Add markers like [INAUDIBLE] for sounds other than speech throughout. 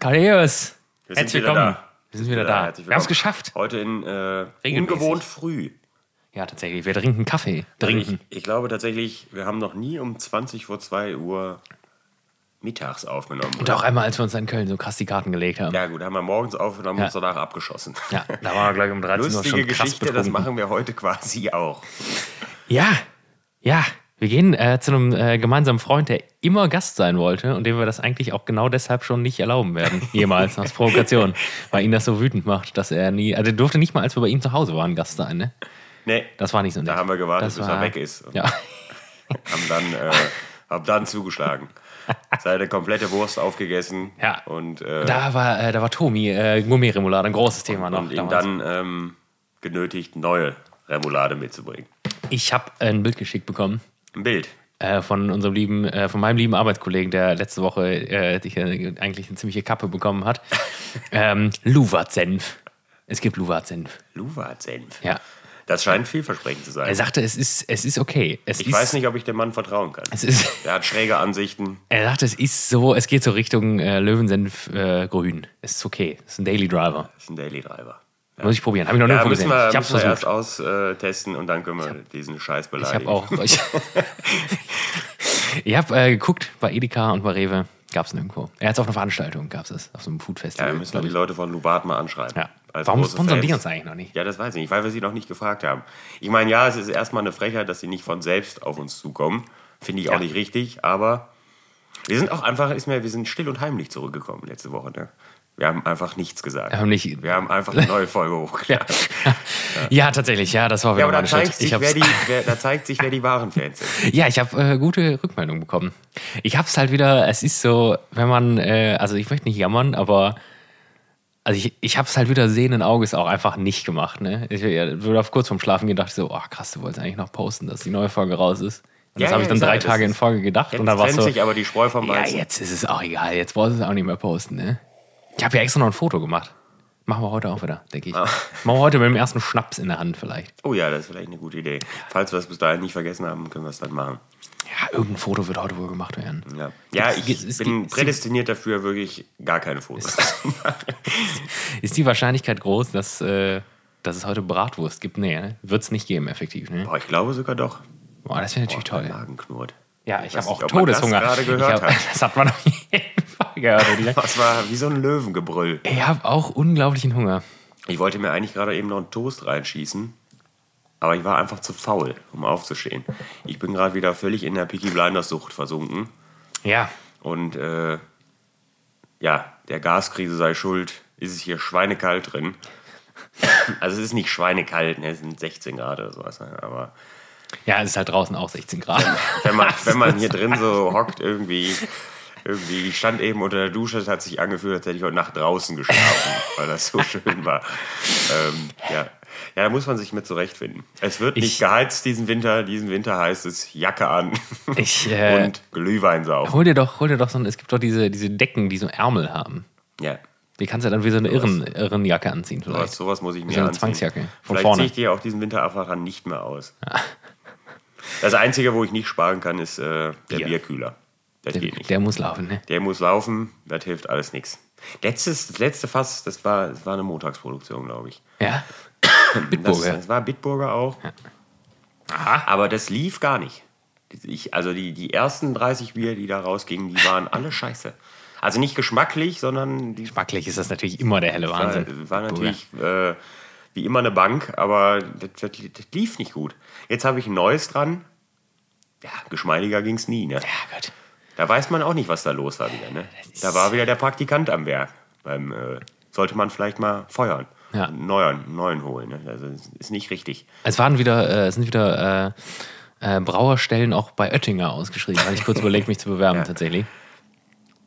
Adios. Wir Herzlich sind wieder willkommen. da. Wir sind wieder Ja, da. herzlich Wir haben es willkommen. geschafft. Heute in äh, Regelmäßig. ungewohnt früh. Ja, tatsächlich. Wir trinken Kaffee. Trinken. Ich, ich glaube tatsächlich, wir haben noch nie um 20 vor 2 Uhr mittags aufgenommen. Und auch einmal, als wir uns in Köln so krass die Karten gelegt haben. Ja gut, haben wir morgens aufgenommen Ja. und uns danach abgeschossen. [LAUGHS] Ja, da waren wir gleich um 13 Uhr Lustige schon krass Geschichte, das betrunken. machen wir heute quasi auch. Ja, ja. Wir gehen äh, zu einem äh, gemeinsamen Freund, der immer Gast sein wollte und dem wir das eigentlich auch genau deshalb schon nicht erlauben [LAUGHS] werden. Jemals, aus Provokation. Weil ihn das so wütend macht, dass er nie. Also, er durfte nicht mal, als wir bei ihm zu Hause waren, Gast sein, ne? Nee, Das war nicht so nett. da haben wir gewartet, Das bis war- er weg ist. Und Ja. haben, dann, äh, [LAUGHS] haben dann zugeschlagen. Seine komplette Wurst aufgegessen. Ja. Und, äh, Da war, äh, da war Tomi, äh, Gourmet-Remoulade, ein großes Thema noch. und ihn damals. dann ähm, genötigt, neue Remoulade mitzubringen. Ich habe ein Bild geschickt bekommen Ein Bild. äh, von unserem lieben, äh, von meinem lieben Arbeitskollegen, der letzte Woche äh, die hier eigentlich eine ziemliche Kappe bekommen [LAUGHS] hat. ähm, Luwat-Senf. Es gibt Luwat-Senf. Luwatsenf. Ja. Das scheint vielversprechend zu sein. Er sagte, es ist, es ist okay. Es Ich ist, weiß nicht, ob ich dem Mann vertrauen kann. Es ist, [LAUGHS] Der hat schräge Ansichten. er sagte, es ist so, es geht so Richtung äh, Löwensenf äh, grün. Es ist okay. Es ist ein Daily Driver. Ist ein Daily Driver. Muss ich probieren. Habe ich noch Ja, nirgendwo müssen gesehen. wir, ich hab's müssen wir erst versucht. austesten und dann können wir diesen Scheiß Ich beleidigen. habe [LAUGHS] auch. Ich, [LAUGHS] ich habe äh, geguckt bei Edeka und bei Rewe. Gab es nirgendwo. Er hat es auf einer Veranstaltung, gab es das. Auf so einem ja, Foodfestival. wir müssen die Leute von Lubat mal anschreiben. Ja. Als Warum große sponsern die Fans. uns eigentlich noch nicht? Ja, das weiß ich nicht, weil wir sie noch nicht gefragt haben. Ich meine, ja, es ist erstmal eine Frechheit, dass sie nicht von selbst auf uns zukommen. Finde ich auch Ja. nicht richtig, aber wir sind auch einfach, ist mir, wir sind still und heimlich zurückgekommen letzte Woche. Ne? Wir haben einfach nichts gesagt. Wir haben nicht- wir haben einfach eine neue Folge hochgeladen. Ja. [LAUGHS] Ja. tatsächlich, ja, das war wieder Ja, aber da meine Schuld. zeigt, sich, ich wer hab's, die, wer, da zeigt sich, wer die wahren Fans [LAUGHS] sind. Ja, ich habe äh, gute Rückmeldungen bekommen. Ich hab's halt wieder, es ist so, wenn man, äh, also ich möchte nicht jammern, aber also ich, ich hab's halt wieder sehenden Auges auch einfach nicht gemacht. Ne? Ich ja, wurde auf kurz vorm Schlafen gedacht, so, oh krass, du wolltest eigentlich noch posten, dass die neue Folge raus ist. Und Ja, das habe ja, ich dann ich drei sag, das Tage in ist- Folge gedacht. Jetzt Und dann war's trennt so, sich aber die Spreu vom Ja, Weizen. jetzt ist es auch egal. Jetzt brauchst du es auch nicht mehr posten, ne? Ich habe ja extra noch ein Foto gemacht. Machen wir heute auch wieder, denke Ah. ich. Machen wir heute mit dem ersten Schnaps in der Hand vielleicht. Oh ja, das ist vielleicht eine gute Idee. Falls wir es bis dahin nicht vergessen haben, können wir es dann machen. Ja, irgendein Foto wird heute wohl gemacht werden. Ja, ja Gibt's- ich gibt's- bin gibt's- prädestiniert dafür, wirklich gar keine Fotos zu [LAUGHS] machen. Ist die Wahrscheinlichkeit groß, dass, äh, dass es heute Bratwurst gibt? Nee, ne? wird es nicht geben, effektiv. Ne? Boah, ich glaube sogar doch. Boah, das wäre natürlich Mein toll. Magen knurrt. Ja, ich weiß habe auch nicht, ob man das Todeshunger. gerade gehört ich hab, hat. [LAUGHS] Das hat man auf jeden Fall gehört. oder? [LAUGHS] Das war wie so ein Löwengebrüll. Ich habe auch unglaublichen Hunger. Ich wollte mir eigentlich gerade eben noch einen Toast reinschießen, aber ich war einfach zu faul, um aufzustehen. Ich bin gerade wieder völlig in der Peaky Blinders Sucht versunken. Ja, Und äh, ja, der Gaskrise sei schuld. Ist es hier schweinekalt drin? Also es ist nicht schweinekalt, ne? es sind 16 Grad oder sowas. ne, Aber ja, es ist halt draußen auch 16 Grad. wenn man, wenn man hier drin so hockt, irgendwie, irgendwie, ich stand eben unter der Dusche, es hat sich angefühlt, als hätte ich heute Nacht draußen geschlafen, weil das so schön war. Ähm, ja. ja, da muss man sich mit zurechtfinden. Es wird nicht Ich- geheizt diesen Winter. Diesen Winter heißt es Jacke an [LAUGHS] Ich, äh, und Glühwein saufen. Hol dir doch, hol dir doch so ein, es gibt doch diese, diese Decken, die so Ärmel haben. Ja. Die kannst du dann wie so eine Irren, Irrenjacke anziehen vielleicht. Sowas, sowas muss ich mir so eine anziehen. Zwangsjacke. Von Vielleicht vorne. ziehe ich die auch diesen Winter einfach dann nicht mehr aus. [LAUGHS] Das Einzige, wo ich nicht sparen kann, ist äh, der Bier. Bierkühler. Das Der, geht nicht. der muss laufen, ne? Der muss laufen, das hilft alles nichts. Letztes, das letzte Fass, das war, das war eine Montagsproduktion, glaube ich. Ja. Das, Bitburger. das war Bitburger auch. Aber das lief gar nicht. Ich, also die, die ersten 30 Bier, die da rausgingen, die waren alle scheiße. Also nicht geschmacklich, sondern die Geschmacklich ist das natürlich immer der helle Wahnsinn. War, war Bitburger. natürlich äh, wie immer eine Bank, aber das, das, das lief nicht gut. Jetzt habe ich ein neues dran. Ja, geschmeidiger ging es nie. Ne? Ja, Gott. Da weiß man auch nicht, was da los war wieder. Ne? Da war wieder der Praktikant am Werk. Beim, äh, sollte man vielleicht mal feuern. Ja. Einen neuen, einen neuen holen. Ne? Also das ist nicht richtig. Es waren wieder, äh, es sind wieder äh, äh, Brauerstellen auch bei Oettinger ausgeschrieben. Da Hatte ich kurz überlegt, mich zu bewerben tatsächlich.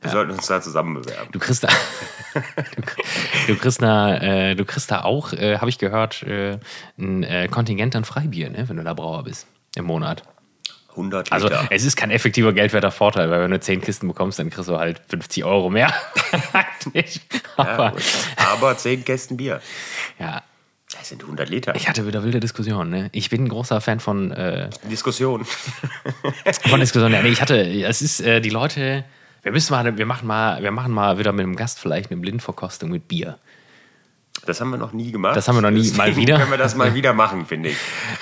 Wir sollten uns da zusammen bewerben. Du kriegst da, [LAUGHS] du, kr- du kriegst da, äh, du kriegst da auch, äh, habe ich gehört, äh, ein äh, Kontingent an Freibier, ne, wenn du da Brauer bist im Monat. 100 Also [LAUGHS] Liter. es ist kein effektiver geldwerter Vorteil, weil wenn du 10 Kisten bekommst, dann kriegst du halt 50 Euro mehr. [LAUGHS] Praktisch. ja, Aber, aber 10 Kästen Bier. ja, Das sind 100 Liter. ich hatte wieder wilde Diskussionen. Ne? Ich bin ein großer Fan von, äh, [LAUGHS] Diskussion. von Diskussionen. Ja, nee, ich hatte, es ist, äh, die Leute Wir, müssen mal, wir, machen mal, wir machen mal wieder mit einem Gast vielleicht eine Blindverkostung mit Bier. Das haben wir noch nie gemacht. Das haben wir noch nie. Deswegen Mal wieder. Können wir das mal wieder machen, finde ich.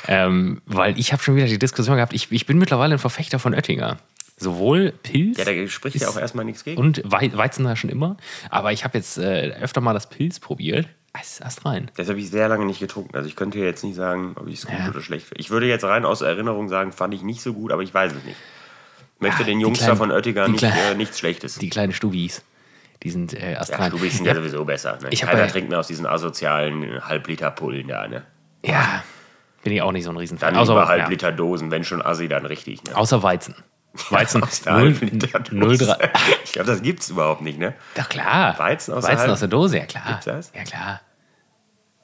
Ähm, weil ich habe schon wieder die Diskussion gehabt, ich, ich bin mittlerweile ein Verfechter von Oettinger. Sowohl Pilz Ja, da spricht ja auch erstmal nichts gegen. und Wei- Weizen war schon immer, aber ich habe jetzt äh, öfter mal das Pilz probiert. Es ist erst rein. Das habe ich sehr lange nicht getrunken. Also ich könnte jetzt nicht sagen, ob ich es gut oder schlecht finde. Ich würde jetzt rein aus Erinnerung sagen, fand ich nicht so gut, aber ich weiß es nicht. Möchte den Jungs da kleinen- von Oettinger Ah, die nicht, kleinen- äh, nichts Schlechtes. Die kleinen Stubis, die sind äh, erst ja, rein. du bist ja, ja, sowieso besser. Ne? Ich hab Keiner bei- trinkt mehr aus diesen asozialen Halbliter-Pullen da. Ne? ja, bin ich auch nicht so ein Riesenfan. Dann also, lieber ja. Halbliter-Dosen, wenn schon Assi, dann richtig. Ne? Außer Weizen. Weizen [LAUGHS] Aus der 0, Halbliterdose. 03. [LAUGHS] Ich glaube, das gibt es überhaupt nicht, ne? Doch klar. Weizen aus der Weizen Halb- aus der Dose, ja klar. Gibt's das? Ja klar.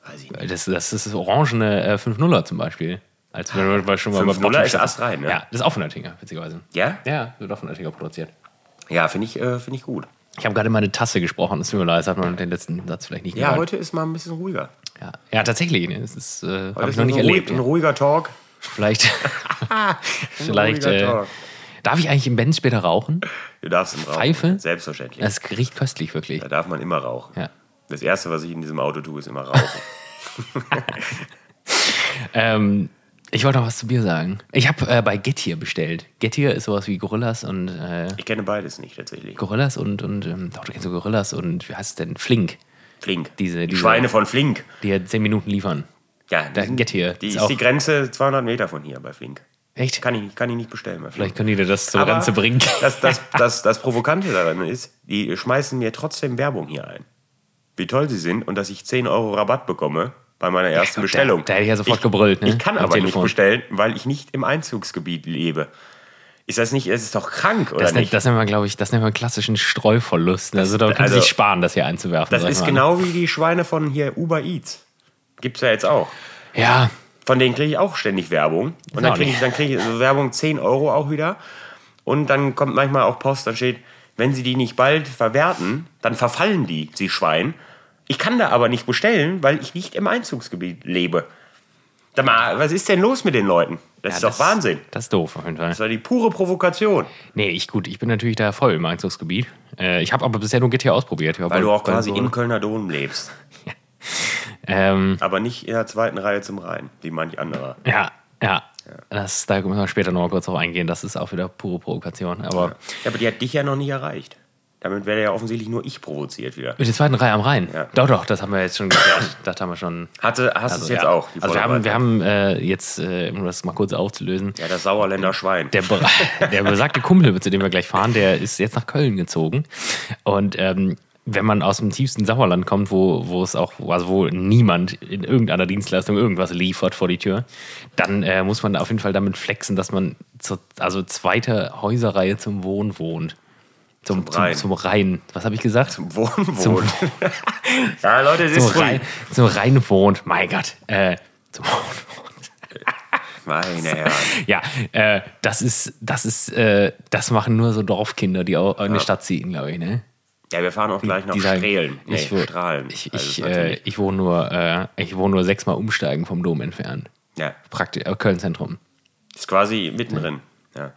Weiß ich nicht. Das, das ist das orangene äh, 5-0er zum Beispiel. Als wenn wir schon mal 5-0er Bottler- Ah, ist astrein, ne? Ja, das ist auch von Oettinger, witzigerweise. Ja? Ja, wird auch von Oettinger produziert. Ja, finde ich, äh, finde ich gut. Ich habe gerade mal eine Tasse gesprochen, es tut mir leid, das hat man den letzten Satz vielleicht nicht Ja, gehört. heute ist mal ein bisschen ruhiger. Ja, ja tatsächlich, ne? das ist, äh, habe Heute ich ist noch nicht ein, ruhi- erlebt. ein ruhiger Talk. [LAUGHS] [LAUGHS] Vielleicht, vielleicht ruhiger äh, Talk. darf ich eigentlich im Benz später rauchen? Du darfst im Rauchen. Pfeife? Selbstverständlich. Das riecht köstlich, wirklich. Da darf man immer rauchen. Ja. Das Erste, was ich in diesem Auto tue, ist immer [LAUGHS] rauchen. Ähm, ich wollte noch was zu Bier sagen. Ich habe äh, bei Gettier bestellt. Gettier ist sowas wie Gorillas und äh, ich kenne beides nicht tatsächlich. Gorillas und, und ähm, doch, du kennst so Gorillas und wie heißt es denn? Flink, Flink. Diese- die diese- Schweine von Flink. die ja 10 Minuten liefern. Ja, die Da sind- geht hier. Die Ist ist, auch- die Grenze 200 Meter von hier bei Flink. Echt? Kann ich, nicht- kann ich nicht bestellen bei Flink. Vielleicht können die dir das zur Aber Grenze bringen. [LAUGHS] Das, das, das, das Provokante daran ist, die schmeißen mir trotzdem Werbung hier ein. Wie toll sie sind und dass ich 10 Euro Rabatt bekomme bei meiner ersten Gott, Bestellung. da- da hätte ich ja sofort gebrüllt, ne? Ich kann Am aber nicht Telefon. bestellen, weil ich nicht im Einzugsgebiet lebe. Ist das nicht, es ist doch krank, oder Das, nennt- nicht? das nennt man, glaube ich, das nennt man klassischen Streuverlust. Also da können sie also- sich sparen, das hier einzuwerfen. Das sag ich ist mal. genau wie die Schweine von hier Uber Eats. Gibt's ja jetzt auch. Ja, Von denen kriege ich auch ständig Werbung. Und dann auch kriege ich, nicht. dann kriege ich also Werbung 10 Euro auch wieder. Und dann kommt manchmal auch Post, dann steht, wenn Sie die nicht bald verwerten, dann verfallen die, Sie Schwein. Ich kann da aber nicht bestellen, weil ich nicht im Einzugsgebiet lebe. Da mal, was ist denn los mit den Leuten? Das ist doch Wahnsinn. Das ist doof auf jeden Fall. Das war die pure Provokation. Nee, ich gut, ich bin natürlich da voll im Einzugsgebiet. Äh, ich habe aber bisher nur Gettier ausprobiert. Ich hab Weil du auch bei- quasi bei- im Kölner Dom lebst. [LAUGHS] Ähm, Aber nicht in der zweiten Reihe zum Rhein, wie manch anderer. Ja, ja. Das, da müssen wir später nochmal kurz drauf eingehen. Das ist auch wieder pure Provokation. Aber Ja, aber die hat dich ja noch nicht erreicht. Damit wäre ja offensichtlich nur ich provoziert wieder. mit der zweiten Reihe am Rhein. Ja. Doch, doch, das haben wir jetzt schon geklärt. Das haben wir schon. Hatte, hast du es jetzt ja. auch? die Also wir haben, Vorarbeit? wir haben äh, jetzt, äh, um das mal kurz aufzulösen, ja, das Sauerländer Schwein. der, Be- [LAUGHS] der besagte Kumpel, zu dem wir gleich fahren, der ist jetzt nach Köln gezogen. Und ähm, wenn man aus dem tiefsten Sauerland kommt, wo, wo es auch, also wo niemand in irgendeiner Dienstleistung irgendwas liefert vor die Tür, dann äh, muss man auf jeden Fall damit flexen, dass man zur, also zweite Häuserreihe zum Wohn wohnt. Zum, zum, Rhein. Rhein. Zum, Rhein. Was habe ich gesagt? Zum, Wohn, wohn. [LAUGHS] ja, Leute, es ist Rhein, früh. zum Rhein wohnt. Mein Gott. Äh, zum Wohn wohnt. Meine Herren. Ja, äh, das ist, das ist, äh, das machen nur so Dorfkinder, die auch in die Stadt ziehen, glaube ich, ne? Ja, wir fahren auch gleich nach Die sagen, Strehlen. Nee, ich, wo- Strahlen. Ich, Also, ich, das ist äh, natürlich- ich wohne nur, äh, ich wohne nur sechsmal umsteigen vom Dom entfernt. ja, Praktisch, äh, Köln-Zentrum. ist quasi mittendrin. Ja.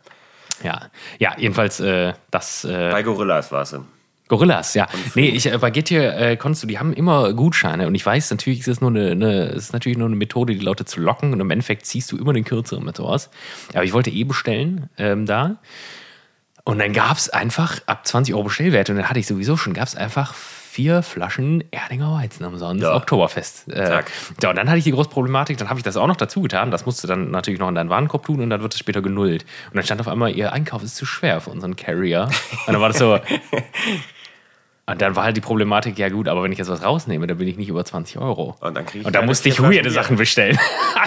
Ja. Ja, jedenfalls, äh, das, äh, Bei Gorillas warst du. Gorillas, ja. Nee, ich, äh, bei Gettier äh, konntest du, die haben immer Gutscheine. Und ich weiß, natürlich ist das nur eine, eine, es ist natürlich nur eine Methode, die Leute zu locken. Und im Endeffekt ziehst du immer den kürzeren mit sowas. Aber ich wollte eh bestellen ähm, da. Und dann gab es einfach ab 20 Euro Bestellwert. Und dann hatte ich sowieso schon, gab es einfach vier Flaschen Erdinger Weizen umsonst. Ja. Oktoberfest. Äh, Zack. ja, und dann hatte ich die große Problematik. Dann habe ich das auch noch dazu getan. Das musst du dann natürlich noch in deinen Warenkorb tun und dann wird es später genullt. Und dann stand auf einmal, ihr Einkauf ist zu schwer für unseren Carrier. Und dann war das [LAUGHS] so, und dann war halt die Problematik, ja gut, aber wenn ich jetzt was rausnehme, dann bin ich nicht über 20 Euro. Und dann krieg Ah, ich Und da keine musste ich vier Flaschen weirde Bier. Sachen bestellen. [LAUGHS]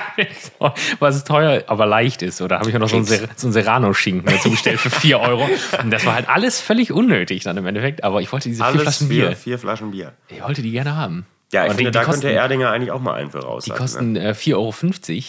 So, was teuer, aber leicht ist. Oder habe ich mir noch so einen, Ser so einen Serrano-Schinken dazu bestellt für 4 Euro. Und das war halt alles völlig unnötig dann im Endeffekt. Aber ich wollte diese vier Alles Flaschen vier, Bier, vier Flaschen Bier. ich wollte die gerne haben. Ja, ich Und die, finde, da die kosten, könnte ne? Erdinger eigentlich auch mal einen für raus. die kosten äh, 4,50 Euro.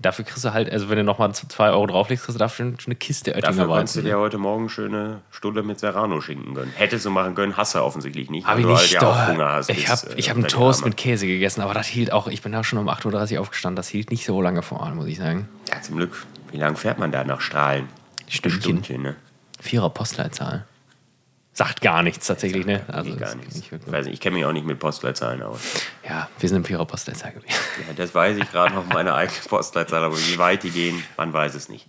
Dafür kriegst du halt, also wenn du nochmal 2 Euro drauflegst, kriegst du dafür schon schon eine Kiste Dafür Oettinger konntest du Weizen. dir heute Morgen schöne Stulle mit Serrano schinken können. Hättest du machen können, hast du offensichtlich nicht. Hab ich weil du nicht. halt ja auch doch. Hunger hast. ich bis, habe äh, ich hab unter einen die Toast Arme. mit Käse gegessen, aber das hielt auch, ich bin da schon um 8.30 Uhr aufgestanden, das hielt nicht so lange vor, muss ich sagen. Ja, zum Glück. Wie lange fährt man da nach Strahlen? Ein Stündchen. Stündchen, ne? Vierer Postleitzahl. Sagt gar nichts tatsächlich, ne? Also, gar das nichts. ist nicht ich wirklich- weiß nicht, ich kenne mich auch nicht mit Postleitzahlen aus. ja, wir sind im Pira Postleitzahl gewesen. [LAUGHS] Ja, das weiß ich gerade noch, meine eigene [LAUGHS] Postleitzahl, aber wie weit die gehen, man weiß es nicht.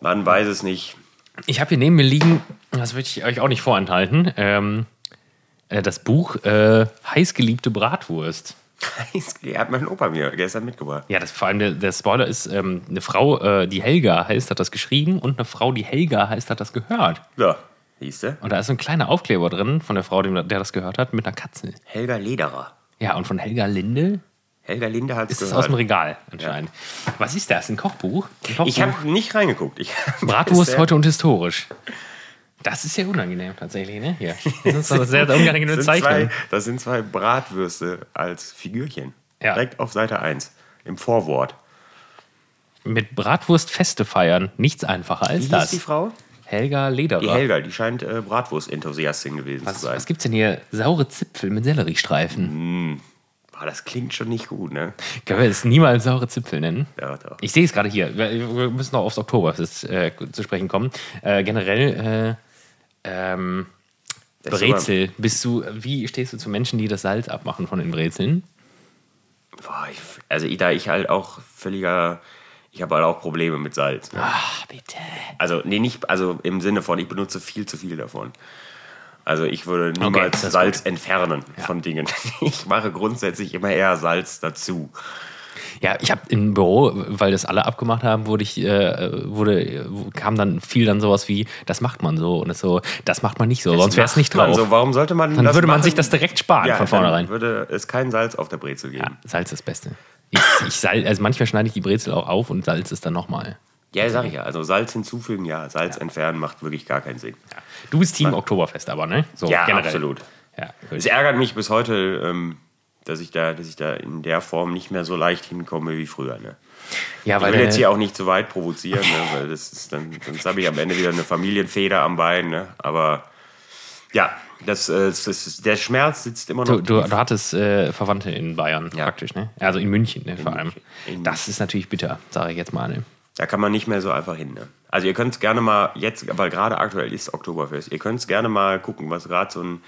Man weiß es nicht. [LAUGHS] Ich habe hier neben mir liegen, das würde ich euch auch nicht vorenthalten, ähm, äh, das Buch äh, Heißgeliebte Bratwurst. Die hat mein Opa mir gestern mitgebracht. Ja, das, vor allem der, der Spoiler ist, ähm, eine Frau, äh, die Helga heißt, hat das geschrieben und eine Frau, die Helga heißt, hat das gehört. Ja, siehst du? Und da ist so ein kleiner Aufkleber drin von der Frau, dem, der das gehört hat, mit einer Katze. Helga Lederer. Ja, und von Helga Linde Helga Linde hat es ist das aus dem gehört. Regal anscheinend. Was ist das? Ein Kochbuch? Ein Kochbuch? Ich habe nicht reingeguckt. Ich [LAUGHS] Bratwurst Ist heute und historisch. Das ist ja unangenehm tatsächlich, ne? [LAUGHS] Hier. Das ist doch sehr unangenehme sind Zeichnung. zwei, das sind zwei Bratwürste als Figürchen. Ja. Direkt auf Seite 1 im Vorwort. Mit Bratwurst Feste feiern. Nichts einfacher Wie als hieß die das. Frau? Helga Lederer. Die Helga, die scheint äh, Bratwurst-Enthusiastin gewesen zu was, sein. was gibt's denn hier? Saure Zipfel mit Mhm. Selleriestreifen. Boah, das klingt schon nicht gut, ne? Können wir es niemals saure Zipfel nennen? Ja, doch. Ich sehe es gerade hier. Wir wir müssen noch aufs Oktoberfest äh, zu sprechen kommen. Äh, generell, äh, ähm, Das ist Brezel. Bist du, wie stehst du zu Menschen, die das Salz abmachen von den Brezeln? Boah, ich, also ich- da ich halt auch völliger, ich habe halt auch Probleme mit Salz. Ne? Ach, bitte. Also nee, nicht, also im Sinne von, ich benutze viel zu viel davon. Also ich würde niemals das ist Salz entfernen von Dingen. [LAUGHS] Ich mache grundsätzlich immer eher Salz dazu. Ja, ich habe im Büro, weil das alle abgemacht haben, wurde ich, äh, wurde, kam dann viel dann sowas wie, das macht man so und das so, das macht man nicht so, sonst wäre es nicht Macht man drauf. So, Also, warum sollte man dann das würde man machen? sich das direkt sparen ja, von vornherein. Dann würde es kein Salz auf der Brezel geben. Salz ist das Beste. Ich, ich sal, also manchmal schneide ich die Brezel auch auf und salz es dann nochmal. Ja, sag ich ja. Also Salz hinzufügen, ja. Salz entfernen macht wirklich gar keinen Sinn. Du bist Team Oktoberfest aber, ne? So, Ja, absolut. Ja, Es gut. ärgert mich bis heute, ähm, dass, ich da, dass ich da in der Form nicht mehr so leicht hinkomme wie früher. Ne? ja Ich weil will jetzt äh, hier auch nicht zu weit provozieren, ne, weil das ist dann, sonst habe ich am Ende wieder eine Familienfeder am Bein. Ne? Aber ja, das, äh, das ist, der Schmerz sitzt immer noch. Du, du, du hattest äh, Verwandte in Bayern Ja. praktisch, ne? Also in München ne, vor allem. In Das ist natürlich bitter, sage ich jetzt mal. Ne? Da kann man nicht mehr so einfach hin. Ne? Also ihr könnt es gerne mal jetzt, weil gerade aktuell ist Oktoberfest, ihr könnt es gerne mal gucken, was gerade so, ein,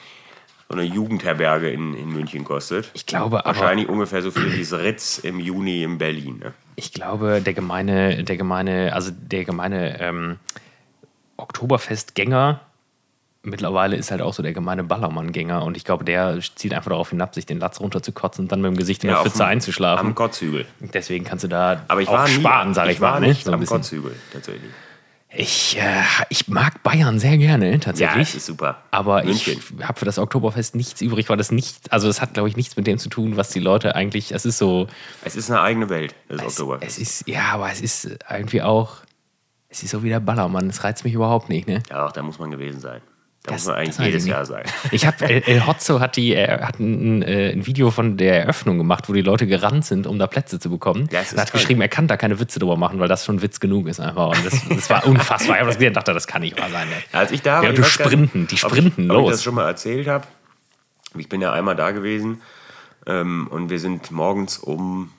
so eine Jugendherberge in, in München kostet. Ich glaube aber, Wahrscheinlich ungefähr so viel wie das Ritz im Juni in Berlin. Ne? ich glaube, der gemeine, der gemeine, also der gemeine ähm, Oktoberfestgänger mittlerweile ist halt auch so der gemeine Ballermann-Gänger und ich glaube, der zielt einfach darauf hinab, sich den Latz runterzukotzen und dann mit dem Gesicht in der auf Pfütze dem- einzuschlafen. Am Kotzhügel. Deswegen kannst du da Aber ich auch war nie, sparen, sage ich, war mal. Ne? nicht So ein am bisschen. Kotzhügel tatsächlich. Ich, äh, ich mag Bayern sehr gerne, Ja, tatsächlich. das ist super. Aber München. ich habe für das Oktoberfest nichts übrig, weil das nicht, also es hat, glaube ich, nichts mit dem zu tun, was die Leute eigentlich, es ist so, es ist eine eigene Welt, das es, es Oktoberfest. ist, ja, aber es ist irgendwie auch, es ist so wie der Ballermann, es reizt mich überhaupt nicht, ne? Ja, auch da muss man gewesen sein. Da Das- muss man eigentlich das weiß ich jedes nicht. Jahr [LAUGHS] sein. Ich habe, El, El Hotzo hat, die, äh, hat ein, äh, ein Video von der Eröffnung gemacht, wo die Leute gerannt sind, um da Plätze zu bekommen. Ja, es und ist hat toll. geschrieben, er kann da keine Witze drüber machen, weil das schon Witz genug ist einfach. Und das, das war unfassbar. Ich habe das gesehen und dachte, das kann nicht wahr sein. Ne? Als ich da war, Ja, ich du weiß gar nicht, sprinten, die ob sprinten ich, Ob ich los. das schon mal erzählt habe. Ich bin ja einmal da gewesen ähm, und wir sind morgens um,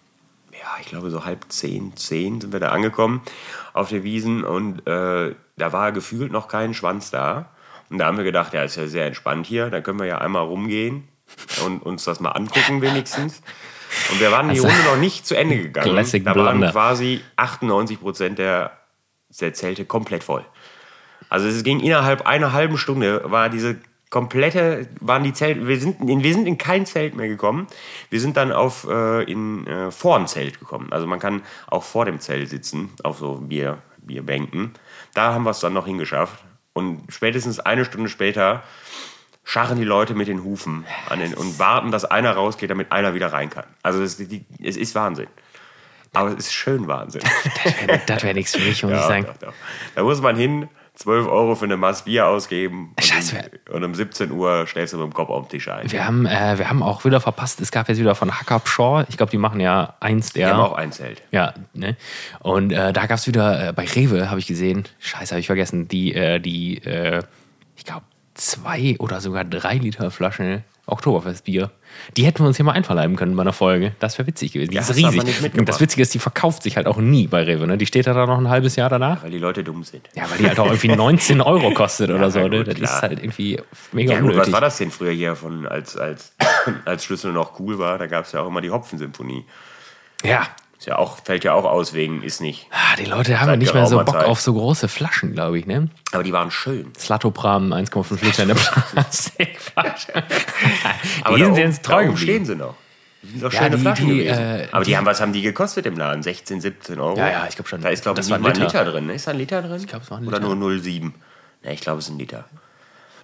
ja, ich glaube so halb zehn, zehn sind wir da angekommen auf der Wiesen und äh, da war gefühlt noch kein Schwanz da. Und da haben wir gedacht, ja, ist ja sehr entspannt hier, dann können wir ja einmal rumgehen und uns das mal angucken wenigstens. Und wir waren die Runde noch nicht zu Ende gegangen. Also Classic da waren Blunder. quasi 98 Prozent der, der Zelte komplett voll. Also es ging innerhalb einer halben Stunde war diese komplette waren die Zelte. Wir sind in, wir sind in kein Zelt mehr gekommen. Wir sind dann auf äh, in äh, vor dem Zelt gekommen. Also man kann auch vor dem Zelt sitzen auf so Bier Bierbänken. Da haben wir es dann noch hingeschafft. Und spätestens eine Stunde später scharren die Leute mit den Hufen an den, und warten, dass einer rausgeht, damit einer wieder rein kann. Also es, die, es ist Wahnsinn. Aber es ist schön Wahnsinn. Das wäre nichts für mich, muss ich Ja, sagen. doch, doch. Da muss man hin, 12 Euro für eine Maß Bier ausgeben. und Scheiße, um- Und um 17 Uhr stellst du mit dem Kopf auf den Tisch ein. Wir Wir haben, äh, wir haben auch wieder verpasst, es gab jetzt wieder von Hackab Shaw, ich glaube, die machen ja eins der. haben auch ein Zelt. Ja, ne? Und äh, da gab es wieder, äh, bei Rewe habe ich gesehen, scheiße, habe ich vergessen, die, äh, die äh, ich glaube, zwei oder sogar drei Liter Flasche Oktoberfestbier. Die hätten wir uns hier mal einverleiben können bei einer Folge. Das wäre witzig gewesen. Die Ja, ist hast du aber riesig. nicht mitgemacht. Und das Witzige ist, die verkauft sich halt auch nie bei Rewe. Ne? Die steht da dann noch ein halbes Jahr danach. weil die Leute dumm sind. Ja, weil die halt auch irgendwie [LAUGHS] 19 Euro kostet Ja, oder so. Ne? gut, Das klar. ist halt irgendwie mega Ja gut, unnötig. was war das denn früher hier von, als, als, [COUGHS] als Schlüssel noch cool war? Da gab es ja auch immer die Hopfensymphonie. Ja. Ist ja auch, fällt ja auch aus wegen, ist nicht. Ah, die Leute haben ja Seit nicht mehr so geraumer Bock Zeit. auf so große Flaschen, glaube ich. Ne? Aber die waren schön. Slatopram 1,5 Liter in der Plastikflasche. [LAUGHS] Aber die da sind oben- jetzt da treu oben stehen geblieben. sie noch. Die sind doch Ja, schöne die- Flaschen die, gewesen. äh, Aber die haben, was haben die gekostet im Laden? 16, 17 Euro? Ja, ja, ich glaub schon. Da ist, glaube Das ich, nicht war ein mal ein Liter. Liter. drin. ne? Ist da ein Liter drin? Ich glaub, es war ein Oder Liter. nur 0,7. Ne, ich glaube, es ist ein Liter.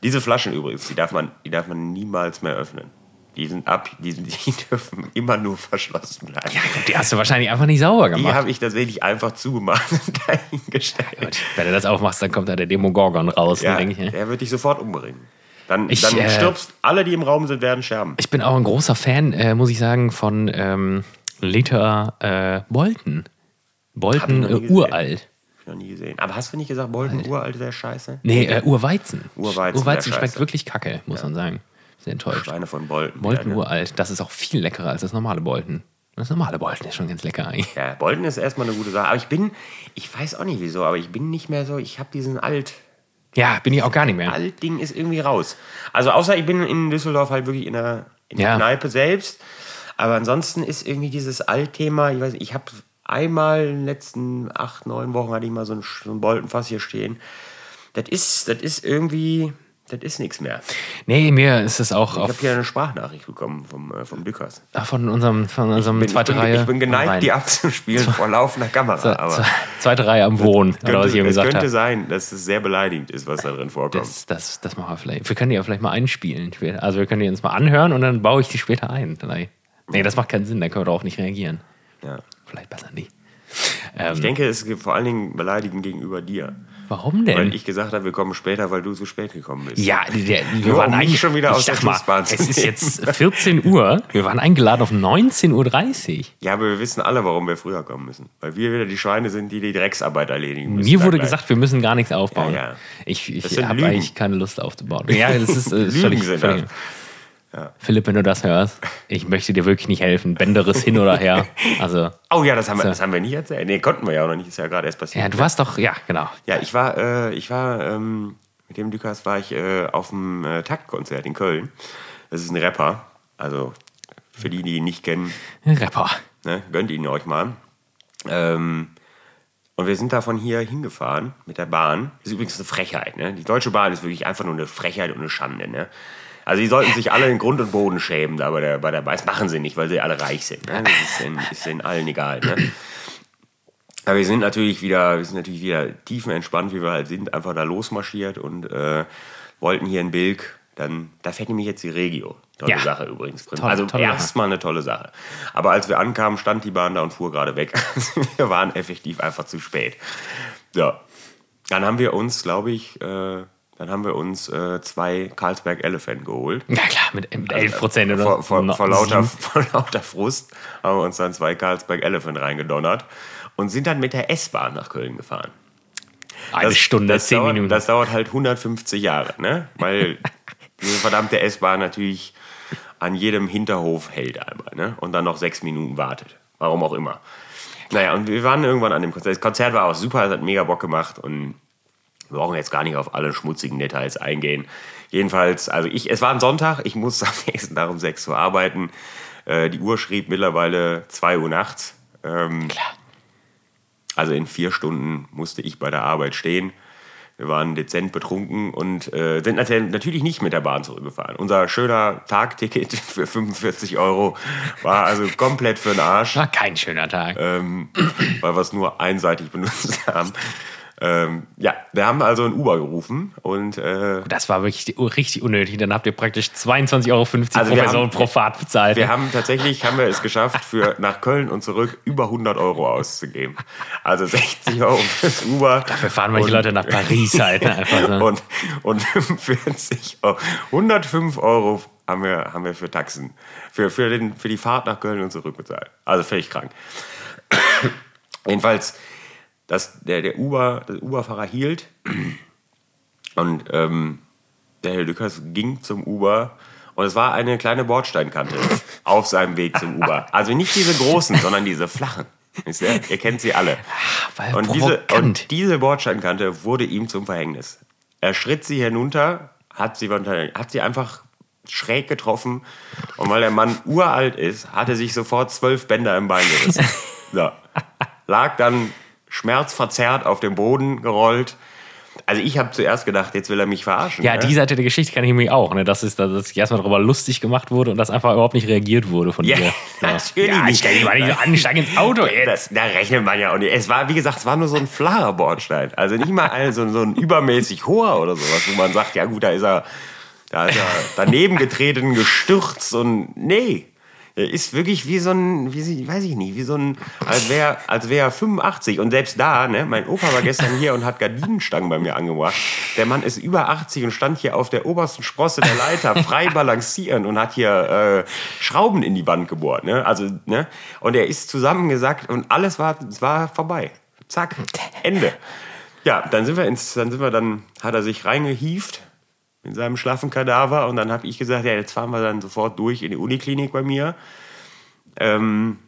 Diese Flaschen übrigens, die darf man, die darf man niemals mehr öffnen. Die sind ab, die, sind, [LAUGHS] die dürfen immer nur verschlossen bleiben. Die hast du wahrscheinlich einfach nicht sauber Die gemacht. habe ich tatsächlich einfach zugemacht [LAUGHS] und dahingestellt. Wenn du das aufmachst, dann kommt da der Demogorgon raus. Ja, ne, denk ich, ne? der wird dich sofort umbringen. Dann, Ich, dann äh, stirbst alle, die im Raum sind, werden sterben. Ich bin auch ein großer Fan, äh, muss ich sagen, von ähm, Liter äh, Bolton. Bolton Hab ich noch nie äh, gesehen. uralt. Hab ich noch nie gesehen. Aber hast du nicht gesagt, Bolton uralt wäre scheiße? Nee, äh, Urweizen. Urweizen, Urweizen ja, schmeckt scheiße. wirklich kacke, muss man sagen. Sehr enttäuscht. Schweine von Bolton. Bolton ja, ne? uralt, das ist auch viel leckerer als das normale Bolton. Das normale Bolton ist schon ganz lecker eigentlich. ja, Bolton ist erstmal eine gute Sache. Aber ich bin, ich weiß auch nicht wieso, aber ich bin nicht mehr so, ich habe diesen alt. Ja, bin ich auch gar nicht mehr. Alt-Ding ist irgendwie raus. Also außer ich bin in Düsseldorf halt wirklich in der, in der Ja. Kneipe selbst. Aber ansonsten ist irgendwie dieses Alt-Thema, ich weiß nicht, ich habe einmal in den letzten acht, neun Wochen hatte ich mal so ein, so ein Boltenfass hier stehen. Das ist, das ist irgendwie, das ist nichts mehr. Nee, mir ist es auch Ich habe auf, hier eine Sprachnachricht bekommen vom, äh, vom Dückers. ach, von unserem, von unserem Ich zweite bin, Reihe. ich bin geneigt, Nein. [LAUGHS] die abzuspielen vor laufender Kamera. Zwe- aber zwe- zweite Reihe am Wohnen, oder was ich eben es gesagt könnte habe. sein, dass es sehr beleidigend ist, was da drin vorkommt. Das, das, das machen wir vielleicht. Wir können die ja vielleicht mal einspielen. später. Also wir können die uns mal anhören und dann baue ich die später ein. Vielleicht. Nee, das macht keinen Sinn, da können wir darauf nicht reagieren. ja. Vielleicht besser nicht. Ähm, Ich denke, es ist vor allen Dingen beleidigend gegenüber dir. warum Weil denn? ich gesagt habe, wir kommen später, weil du zu spät gekommen bist. Ähm. ja, der, wir Nur waren um mich eigentlich schon wieder ich aus der sag mal, Schussbahn zu Es ist nehmen. jetzt [LAUGHS] 14 Uhr. Wir waren eingeladen auf 19.30 Uhr. ja, aber wir wissen alle, warum wir früher kommen müssen. Weil wir wieder die Schweine sind, die die Drecksarbeit erledigen müssen. Mir da wurde gleich. gesagt, wir müssen gar nichts aufbauen. Ja, ja. Ich, ich Das sind habe Lügen. eigentlich keine Lust aufzubauen. Ja, das ist äh, Lügen völlig, sind völlig. Philipp, wenn du das hörst, ich möchte dir wirklich nicht helfen. Bänderes hin oder her. Also, Oh ja, das haben, wir, das haben wir nie erzählt. Nee, konnten wir ja auch noch nicht. Ist ja gerade erst passiert. ja, du warst doch, ja, genau. Ja, ich war, äh, ich war ähm, mit dem Lukas war ich äh, auf dem äh, Taktkonzert in Köln. Das ist ein Rapper. Also für die, die ihn nicht kennen, Ein Rapper. ne, gönnt ihn euch mal. Ähm, und wir sind davon hier hingefahren mit der Bahn. Das ist übrigens eine Frechheit. Ne? Die Deutsche Bahn ist wirklich einfach nur eine Frechheit und eine Schande. Ne? Also die sollten sich alle in Grund und Boden schämen da bei der, bei der Bahn. Das machen sie nicht, weil sie alle reich sind. Ne? Das ist denen, ist denen allen egal. Ne? Aber wir sind natürlich wieder, wir sind natürlich wieder tiefenentspannt, wie wir halt sind, einfach da losmarschiert und äh, wollten hier in Bilk. Dann, da fährt nämlich jetzt die Regio. Tolle Ja. Sache übrigens. Tolle- also tolle Sache. erstmal eine tolle Sache. Aber als wir ankamen, stand die Bahn da und fuhr gerade weg. [LAUGHS] Also wir waren effektiv einfach zu spät. So. Dann haben wir uns, glaube ich, äh, dann haben wir uns äh, zwei Carlsberg Elephant geholt. Ja, klar, mit, mit 11 Prozent oder Also, Vor, vor, no- vor, lauter, sieben. [LAUGHS] vor lauter Frust haben wir uns dann zwei Carlsberg Elephant reingedonnert und sind dann mit der S-Bahn nach Köln gefahren. Eine Stunde, das 10 dauert, Minuten. Das dauert halt 150 Jahre, ne? [LAUGHS] Weil diese verdammte S-Bahn natürlich an jedem Hinterhof hält einmal, ne? Und dann noch sechs Minuten wartet. Warum auch immer. Naja, und wir waren irgendwann an dem Konzert. Das Konzert war auch super, es hat mega Bock gemacht und wir brauchen jetzt gar nicht auf alle schmutzigen Details eingehen. Jedenfalls, also ich, es war ein Sonntag, ich musste [LAUGHS] am nächsten Tag um 6 Uhr arbeiten. Äh, die Uhr schrieb mittlerweile 2 Uhr nachts. Ähm, Klar. Also in vier Stunden musste ich bei der Arbeit stehen. Wir waren dezent betrunken und äh, sind nat- natürlich nicht mit der Bahn zurückgefahren. Unser schöner Tagticket [LAUGHS] für 45 Euro war also komplett für den Arsch War kein schöner Tag. ähm, [CLEARS THROAT] weil wir es nur einseitig benutzt [LAUGHS] haben. Ähm, ja, wir haben also einen Uber gerufen und äh, Das war wirklich die- richtig unnötig. Dann habt ihr praktisch 22,50 Euro Also pro wir Person haben- pro Fahrt bezahlt. wir haben tatsächlich haben wir es geschafft, für nach Köln und zurück über 100 Euro auszugeben. Also 60 Euro fürs Uber. Dafür fahren manche und- Leute nach Paris halt. [LAUGHS] Ne? Einfach so. und, und [LAUGHS] 45 Euro, 105 Euro haben wir, haben wir für Taxen, für, für, den, für die Fahrt nach Köln und zurück bezahlt. Also völlig krank. [COUGHS] Jedenfalls, das, der, der Uber, der Uber-Fahrer [COUGHS] hielt und ähm, der Herr Lückers ging zum Uber Und es war eine kleine Bordsteinkante auf seinem Weg zum Uber. Also nicht diese großen, sondern diese flachen. Wisst ihr? ihr kennt sie alle. weil Und diese, provokant. und diese Bordsteinkante wurde ihm zum Verhängnis. Er schritt sie hinunter, hat sie, unter- hat sie einfach schräg getroffen. Und weil der Mann uralt ist, hat er sich sofort zwölf Bänder im Bein gerissen. [LAUGHS] So. Lag dann schmerzverzerrt auf dem Boden gerollt. Also ich habe zuerst gedacht, jetzt will er mich verarschen. Ja, ne? die Seite der Geschichte kann ich nämlich auch, ne? Das ist, dass ich erstmal darüber lustig gemacht wurde und dass einfach überhaupt nicht reagiert wurde von Ja, [LAUGHS] dir. natürlich Ja, nicht. stell dich mal nicht so an, steig ins Auto jetzt. Das, da rechnet man ja auch nicht. Es war, wie gesagt, es war nur so ein flacher Bordstein. Also nicht mal ein, so, so ein übermäßig hoher oder sowas, wo man sagt, ja gut, da ist er, da ist er daneben getreten, gestürzt und nee. Er ist wirklich wie so ein, wie sie, weiß ich nicht, wie so ein, als wäre als wär er 85. Und selbst da, ne, mein Opa war gestern hier und hat Gardinenstangen bei mir angebracht. Der Mann ist über 80 und stand hier auf der obersten Sprosse der Leiter frei balancierend und hat hier äh, Schrauben in die Wand gebohrt. Ne? Also, ne? Und er ist zusammengesackt und alles war, es war vorbei. Zack, Ende. Ja, dann sind wir ins, dann sind wir dann, hat er sich reingehieft in seinem schlaffen Kadaver und dann habe ich gesagt, ja, jetzt fahren wir dann sofort durch in die Uniklinik bei mir. Ähm,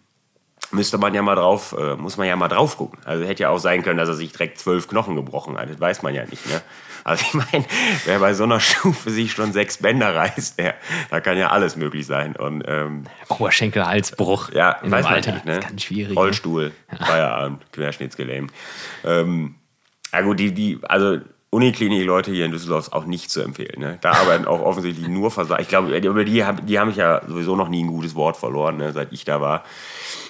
müsste man ja mal drauf, äh, muss man ja mal drauf gucken. Also hätte ja auch sein können, dass er sich direkt zwölf Knochen gebrochen hat. Das weiß man ja nicht. Ne? Also ich meine, wer bei so einer [LAUGHS] Stufe sich schon sechs Bänder reißt, der, da kann ja alles möglich sein. Und ähm, Oberschenkel, Halsbruch. ja, Oh, in dem weiß man Alter. nicht, ne? Das ist ganz schwierig. ne? Rollstuhl, Feierabend, querschnittsgelähmt. Ähm, ja gut, die, die, also Uniklinik-Leute hier in Düsseldorf ist auch nicht zu empfehlen. Ne? Da arbeiten auch offensichtlich nur Versager. Ich glaube, über die, hab- die haben ich ja sowieso noch nie ein gutes Wort verloren, ne, seit ich da war.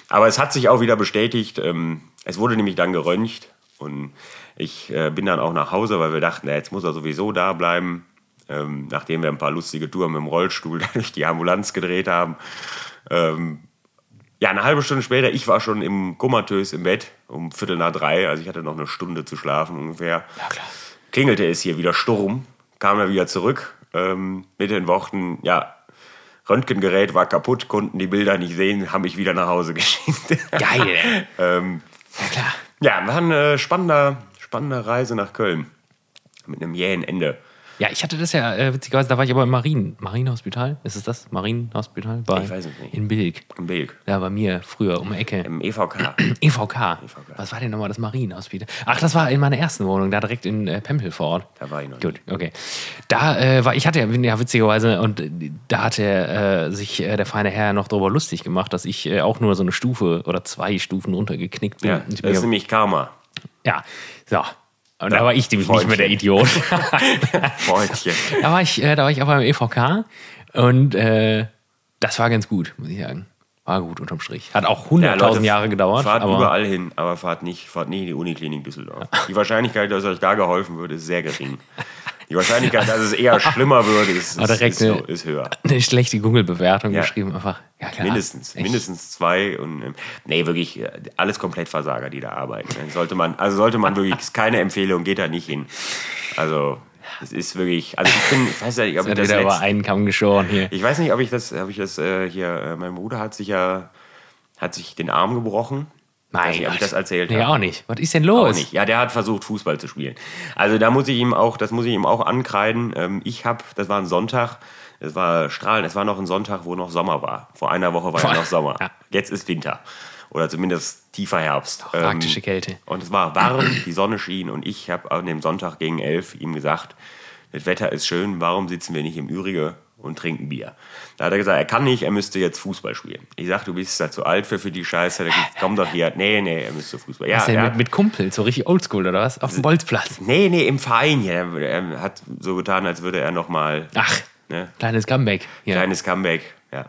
Aber es hat sich auch wieder bestätigt. Ähm, es wurde nämlich dann geröntgt und ich äh, bin dann auch nach Hause, weil wir dachten, na, jetzt muss er sowieso da bleiben. Ähm, nachdem wir ein paar lustige Touren mit dem Rollstuhl [LAUGHS] durch die Ambulanz gedreht haben. Ähm, ja, eine halbe Stunde später, ich war schon im komatös im Bett um Viertel nach drei, also ich hatte noch eine Stunde zu schlafen ungefähr. Ja, klar. Klingelte es hier wieder Sturm, kam er wieder zurück ähm, mit den Worten, ja, Röntgengerät war kaputt, konnten die Bilder nicht sehen, haben mich wieder nach Hause [LAUGHS] geschickt. Geil. ähm, Ja, klar. ja, war eine spannende, spannende Reise nach Köln mit einem jähen Ende. Ja, ich hatte das ja, äh, witzigerweise, da war ich aber im Marien, Marienhospital, ist es das? Marienhospital? Bei, Ich weiß es nicht. In Bilk. Im Bilk, Da bei mir früher um die Ecke. im E EVK. EVK. E E Was war denn nochmal das Marienhospital? Ach, das war in meiner ersten Wohnung, da direkt in äh, Pempel vor Ort. Da war ich noch Gut, okay. Da äh, war, ich hatte ja, ja witzigerweise, und äh, da hatte äh, sich äh, der feine Herr noch drüber lustig gemacht, dass ich äh, auch nur so eine Stufe oder zwei Stufen runtergeknickt bin. Ja, Ich das bin ist nämlich Karma. ja, so. Und da war ich nämlich nicht mehr der Freundchen. Idiot. [LAUGHS] Freundchen. [LAUGHS] da, war ich, äh, da war ich aber im EVK und äh, das war ganz gut, muss ich sagen. War gut unterm Strich. Hat auch 100.000 Leute, Jahre gedauert. Fahrt aber überall hin, aber fahrt nicht, fahrt nicht in die Uniklinik Düsseldorf. Die Wahrscheinlichkeit, dass euch da geholfen wird, ist sehr gering. Die Wahrscheinlichkeit, dass [LAUGHS] es eher schlimmer würde, ist, Aber ist, direkt ist, eine- ist höher. eine schlechte Google-Bewertung Ja. geschrieben. Einfach, ja, klar. Mindestens, Echt. mindestens zwei und ähm, nee, wirklich äh, alles komplett Versager, die da arbeiten. Sollte man, also sollte man wirklich, ist keine Empfehlung, geht da nicht hin. Also es ist wirklich, also ich bin, ich weiß ja nicht, ob ich Wird das wieder letzte, über einen Kamm geschoren hier. Ich weiß nicht, ob ich das, ob ich das äh, hier, äh, mein Bruder hat sich ja, hat sich den Arm gebrochen. Mein weiß nicht, ob ich Gott. das erzählt Nee, habe. auch nicht. Was ist denn los? Auch nicht. Ja, der hat versucht, Fußball zu spielen. Also da muss ich ihm auch, das muss ich ihm auch ankreiden. Ähm, ich habe, das war ein Sonntag, es war strahlend, es war noch ein Sonntag, wo noch Sommer war. Vor einer Woche war ja noch Sommer. Ja. Jetzt ist Winter. Oder zumindest tiefer Herbst. Ähm, arktische Kälte. Und es war warm, die Sonne schien und ich habe an dem Sonntag gegen elf ihm gesagt, das Wetter ist schön, warum sitzen wir nicht im Ürige und trinken Bier? Da hat er gesagt, er kann nicht, er müsste jetzt Fußball spielen. Ich sag, du bist da zu alt für, für die Scheiße. Da gesagt, komm doch hier. Nee, nee, er müsste Fußball. Ja, Was denn er mit, hat- mit Kumpel? So richtig oldschool oder was? Auf dem Bolzplatz. Nee, nee, im Verein hier. Er, er hat so getan, als würde er nochmal Ach, ne, kleines Comeback. Ja. kleines Comeback. Ja.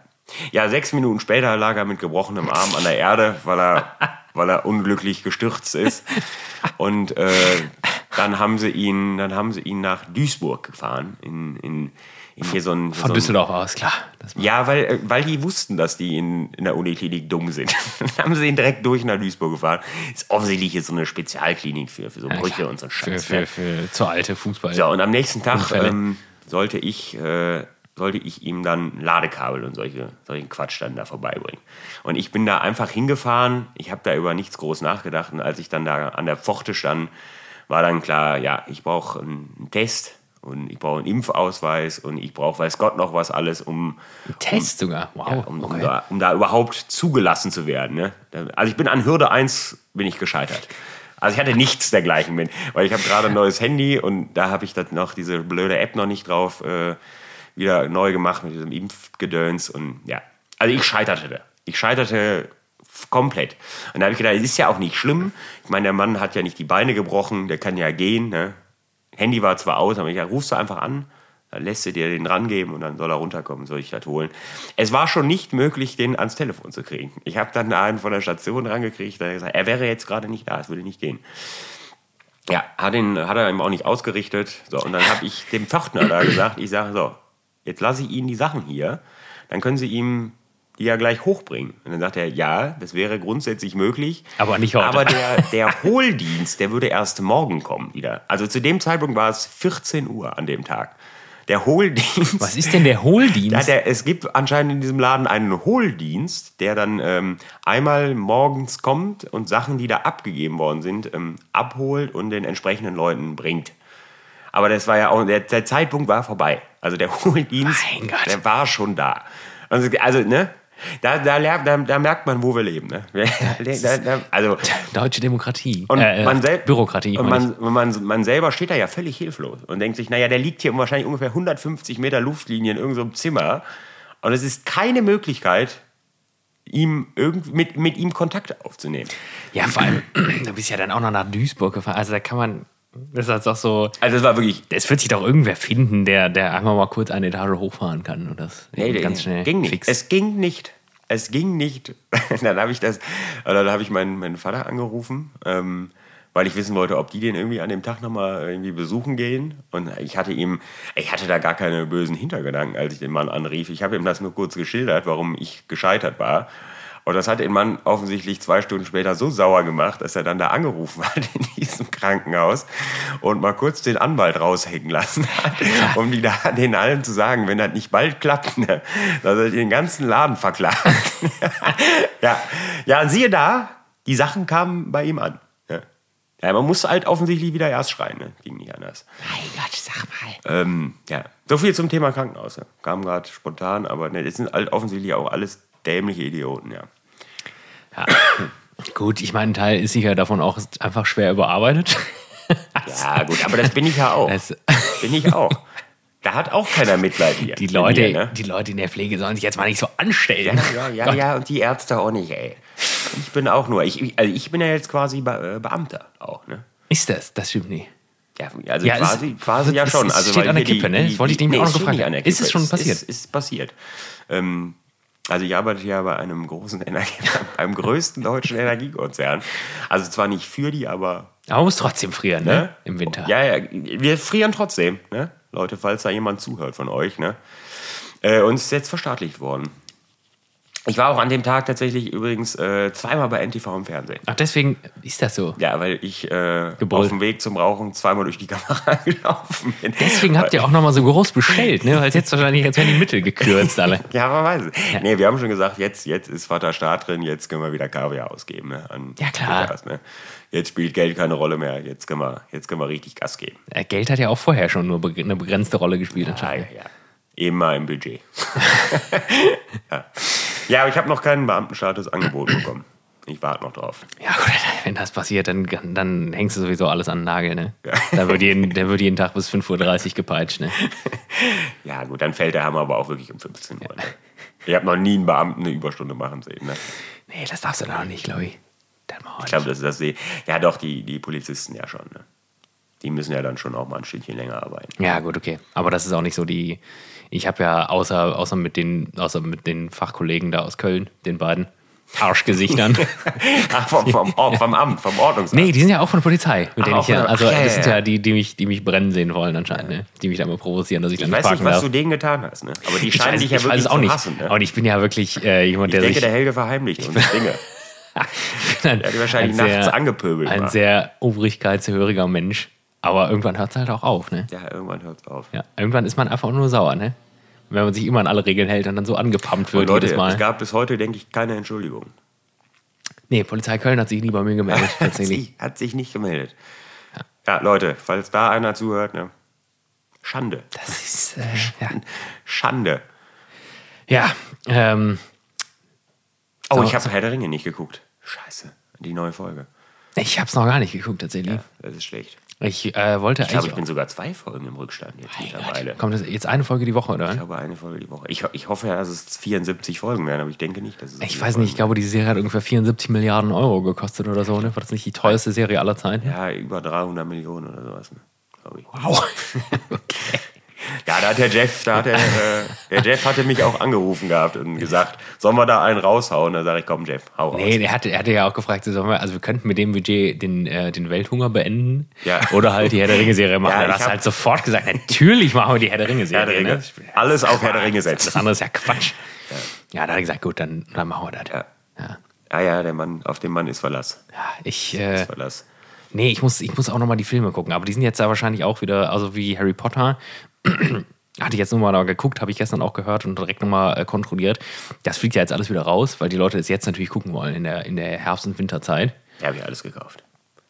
ja, sechs Minuten später lag er mit gebrochenem Arm an der Erde, weil er, [LAUGHS] weil er unglücklich gestürzt ist. Und äh, dann haben sie ihn, dann haben sie ihn nach Duisburg gefahren. In, in, in hier so ein, hier Von so ein, Düsseldorf aus, klar. Das ja, weil, äh, weil die wussten, dass die in, in der Uniklinik dumm sind. [LAUGHS] Dann haben sie ihn direkt durch nach Duisburg gefahren. Ist offensichtlich jetzt so eine Spezialklinik für, für so Brüche und so ein für, Scheiß. für, ne? für zu alte Fußball. So, und am nächsten Tag Unfälle. ähm, sollte, ich, äh, sollte ich ihm dann Ladekabel und solche, solchen Quatsch dann da vorbeibringen. Und ich bin da einfach hingefahren. Ich habe da über nichts groß nachgedacht. Und als ich dann da an der Pforte stand, war dann klar, ja, ich brauche einen einen Test und ich brauche einen Impfausweis und ich brauche weiß Gott noch was alles, um, Test sogar. Wow. ja, um, um, okay. da, um da überhaupt zugelassen zu werden. Ne? Da- Also ich bin an Hürde 1 bin ich gescheitert. Also ich hatte nichts dergleichen, mit, weil ich habe gerade ein neues Handy und da habe ich dann noch diese blöde App noch nicht drauf äh, wieder neu gemacht mit diesem Impfgedöns und ja. Also ich scheiterte da. Ich scheiterte f- komplett. Und da habe ich gedacht, es ist ja auch nicht schlimm. Ich meine, der Mann hat ja nicht die Beine gebrochen, der kann ja gehen. Ne? Handy war zwar aus, aber ich ja, rufst du einfach an, dann lässt du dir den rangeben und dann soll er runterkommen, soll ich das holen. Es war schon nicht möglich, den ans Telefon zu kriegen. Ich habe dann einen von der Station rangekriegt, der hat gesagt, er wäre jetzt gerade nicht da, es würde nicht gehen. Ja, hat, ihn, hat er ihm auch nicht ausgerichtet. So, und dann habe ich dem Pförtner da gesagt, ich sage so, jetzt lasse ich Ihnen die Sachen hier, dann können Sie ihm die ja gleich hochbringen. Und dann sagt er, ja, das wäre grundsätzlich möglich. Aber nicht heute. Aber der, der Hohldienst, der würde erst morgen kommen wieder. Also zu dem Zeitpunkt war es 14 Uhr an dem Tag. Der Hohldienst. Was ist denn der Hohldienst? Ja, der, es gibt anscheinend in diesem Laden einen Hohldienst, der dann ähm, einmal morgens kommt und Sachen, die da abgegeben worden sind, ähm, abholt und den entsprechenden Leuten bringt. Aber das war ja auch, der, der Zeitpunkt war vorbei. Also der Hohldienst, Mein Gott. der war schon da. Also, also ne? Da, da, lernt- da, da merkt man, wo wir leben. Ne? [LAUGHS] Da, da, also, Deutsche Demokratie. und Äh, äh, man sel- Bürokratie. Und meine man, man, man selber steht da ja völlig hilflos und denkt sich, naja, der liegt hier um wahrscheinlich ungefähr 150 Meter Luftlinie in irgendeinem Zimmer. Und es ist keine Möglichkeit, ihm irgend, mit, mit ihm Kontakt aufzunehmen. ich. ja, vor allem, [CLEARS THROAT] du bist ja dann auch noch nach Duisburg gefahren. Also da kann man, das ist doch so, Also es war wirklich es wird sich doch irgendwer finden, der, der einfach mal kurz eine Etage hochfahren kann und das Nee, nee, ganz nee, schnell ging nicht. fix. Es ging nicht. Es ging nicht. [LAUGHS] dann habe ich das, oder dann habe ich meinen, meinen Vater angerufen, ähm, weil ich wissen wollte, ob die den irgendwie an dem Tag nochmal irgendwie besuchen gehen. Und ich hatte ihm, ich hatte da gar keine bösen Hintergedanken, als ich den Mann anrief. Ich habe ihm das nur kurz geschildert, warum ich gescheitert war. Und das hat den Mann offensichtlich zwei Stunden später so sauer gemacht, dass er dann da angerufen [LAUGHS] hat in diesem Krankenhaus und mal kurz den Anwalt raushängen lassen hat, um die da, den allen zu sagen, wenn das nicht bald klappt, ne, dass er den ganzen Laden verklagt. [LAUGHS] ja. ja, und siehe da, die Sachen kamen bei ihm an. Ja, ja man muss halt offensichtlich wieder erst schreien, ne? ging nicht anders. mein Gott, sag mal. Ähm, ja, so viel zum Thema Krankenhaus. Ja. Kam gerade spontan, aber ne, das sind halt offensichtlich auch alles dämliche Idioten, ja. Ja. [COUGHS] Gut, ich meine, ein Teil ist sicher davon auch einfach schwer überarbeitet. [LAUGHS] Ja, gut, aber [LAUGHS] das bin ich ja auch. Das- bin ich auch. Da hat auch keiner Mitleid hier. Die Leute, Mit mir, ne? die Leute in der Pflege sollen sich jetzt mal nicht so anstellen. Ja, ja, ja, und die Ärzte auch nicht, ey. Ich bin auch nur, ich, ich- also ich bin ja jetzt quasi Be äh, Beamter auch, ne? Ist das? Das stimmt nicht. Ja, also Ja, es- quasi, quasi ja es- schon. es also, steht weil an der hier Kippe, ne? Das wollte ich nämlich auch es noch steht gefragt nicht haben. an der Ist es Kippe. schon passiert? Ist, ist passiert. Ähm, also ich arbeite ja bei einem großen [LAUGHS] Energie, beim größten deutschen Energiekonzern. Also zwar nicht für die, aber Aber man muss trotzdem frieren, ne? Ne? Im Winter. Ja, ja, wir frieren trotzdem, ne? Leute, falls da jemand zuhört von euch, ne? Äh, und ist jetzt verstaatlicht worden. Ich war auch an dem Tag tatsächlich übrigens äh, zweimal bei NTV im Fernsehen. Ach, deswegen ist das so. Ja, weil ich äh, Gebrüllt. auf dem Weg zum Rauchen zweimal durch die Kamera [LAUGHS] gelaufen bin. Deswegen habt ihr auch nochmal so groß bestellt, ne? Weil es jetzt wahrscheinlich, als wären die Mittel gekürzt [LAUGHS] alle. Ja, man weiß es. Nee, wir haben schon gesagt, jetzt, jetzt ist Vater Staat drin, jetzt können wir wieder Kaviar ausgeben. Ne? An Ja, klar. Gas, ne? Jetzt spielt Geld keine Rolle mehr, jetzt können wir, jetzt können wir richtig Gas geben. Äh, Geld hat ja auch vorher schon nur be- eine begrenzte Rolle gespielt. Ja, anscheinend. ja. Immer im Budget. [LAUGHS] ja. ja, aber ich habe noch keinen Beamtenstatus angeboten bekommen. Ich warte noch drauf. Ja, gut, [LAUGHS] wenn das passiert, dann, dann hängst du sowieso alles an den Nagel, ne? Da wird jeden, der wird jeden Tag bis 5.30 Uhr gepeitscht, ne? Ja, gut, dann fällt der Hammer aber auch wirklich um 15 Uhr. Ne? Ich habe noch nie einen Beamten eine Überstunde machen sehen. Ne? Nee, das darfst du dann auch nicht, glaube ich. Dann mal Ich glaube, das ist das See. Ja, doch, die, die Polizisten ja schon. Ne? Die müssen ja dann schon auch mal ein Stündchen [LAUGHS] länger arbeiten. Ja, gut, okay. Aber das ist auch nicht so die. Ich habe ja außer, außer, mit den, außer mit den Fachkollegen da aus Köln, den beiden [LAUGHS] Arschgesichtern. Ach, vom, vom, Or- vom Amt, vom Ordnungsamt. nee, die sind ja auch von der Polizei, mit denen auch ich ja. von Also, der- Ach, ja, das ja, sind ja. ja die, die mich, die mich brennen sehen wollen, anscheinend. Ne? Die mich da mal provozieren, dass ich, dann Ich nicht weiß nicht, parken was darf. du denen getan hast. Ne? Aber die ich scheinen weiß, dich ja ich weiß wirklich es auch zu nicht. hassen. Ne? Und ich bin ja wirklich äh, jemand, Ich der denke, sich. der Helge verheimlicht uns Dinge. [LAUGHS] Der hat die wahrscheinlich nachts angepöbelt Ein war. sehr obrigkeitshöriger Mensch. Aber irgendwann hört es halt auch auf, ne? Ja, irgendwann hört es auf. Ja, irgendwann ist man einfach nur sauer, ne? Wenn man sich immer an alle Regeln hält und dann so angepumpt wird Und Leute, jedes Mal. es gab bis heute, denke ich, keine Entschuldigung. [LAUGHS] Nee, Polizei Köln hat sich nie bei mir [LAUGHS] gemeldet, Hat tatsächlich. sich, hat sich nicht gemeldet. Ja, Leute, falls da einer zuhört, ne? Schande. Das ist, äh, ja. Schande. ja ähm, Oh, So, ich habe so- Herr der Ringe nicht geguckt. Scheiße. Die neue Folge. ich habe es noch gar nicht geguckt, tatsächlich. Das ist schlecht. Ich äh, wollte Ich glaube, eigentlich. Oh ich bin sogar zwei Folgen im Rückstand jetzt mittlerweile. Kommt das jetzt eine Folge die Woche, Ich oder? glaube, eine Folge die Woche. Ich, ho- ich hoffe ja, dass es 74 Folgen werden, aber ich denke nicht, dass es. so Ich viele weiß nicht, ich Folgen glaube, die Serie hat ungefähr 74 Milliarden Euro gekostet oder so. Ne? War das nicht die teuerste Serie aller Zeiten? werden. Ja, über 300 Millionen oder sowas. Ne? Glaube ich. Wow. Ja, da hat der Jeff, da hat der, äh, der Jeff hatte mich auch angerufen gehabt und gesagt, sollen wir da einen raushauen? Da sage ich, komm, Jeff, hau raus. Nee, der hatte, er hatte ja auch gefragt, so, sollen wir- also wir könnten mit dem Budget den, äh, den Welthunger beenden Ja. oder halt die Herr der Ringe-Serie machen. Ja, Ja, du ich hast hab- halt sofort gesagt, natürlich machen wir die Herr der Ringe-Serie. Herr der Ringe. Ne? Alles auf Herr der Ringe Das setzen. andere ist ja Quatsch. Ja, da hat er gesagt, gut, dann, dann machen wir das. Ja. Ja. Ah ja, der Mann, auf den Mann ist Verlass. Ja, ich, äh, Verlass. nee, ich muss, ich muss auch nochmal die Filme gucken, aber die sind jetzt ja wahrscheinlich auch wieder, also wie Harry Potter, [CLEARS THROAT] hatte ich jetzt nur mal da geguckt, habe ich gestern auch gehört und direkt nochmal äh, kontrolliert. Das fliegt ja jetzt alles wieder raus, weil die Leute das jetzt natürlich gucken wollen in der, in der Herbst- und Winterzeit. Ja, habe ich alles gekauft.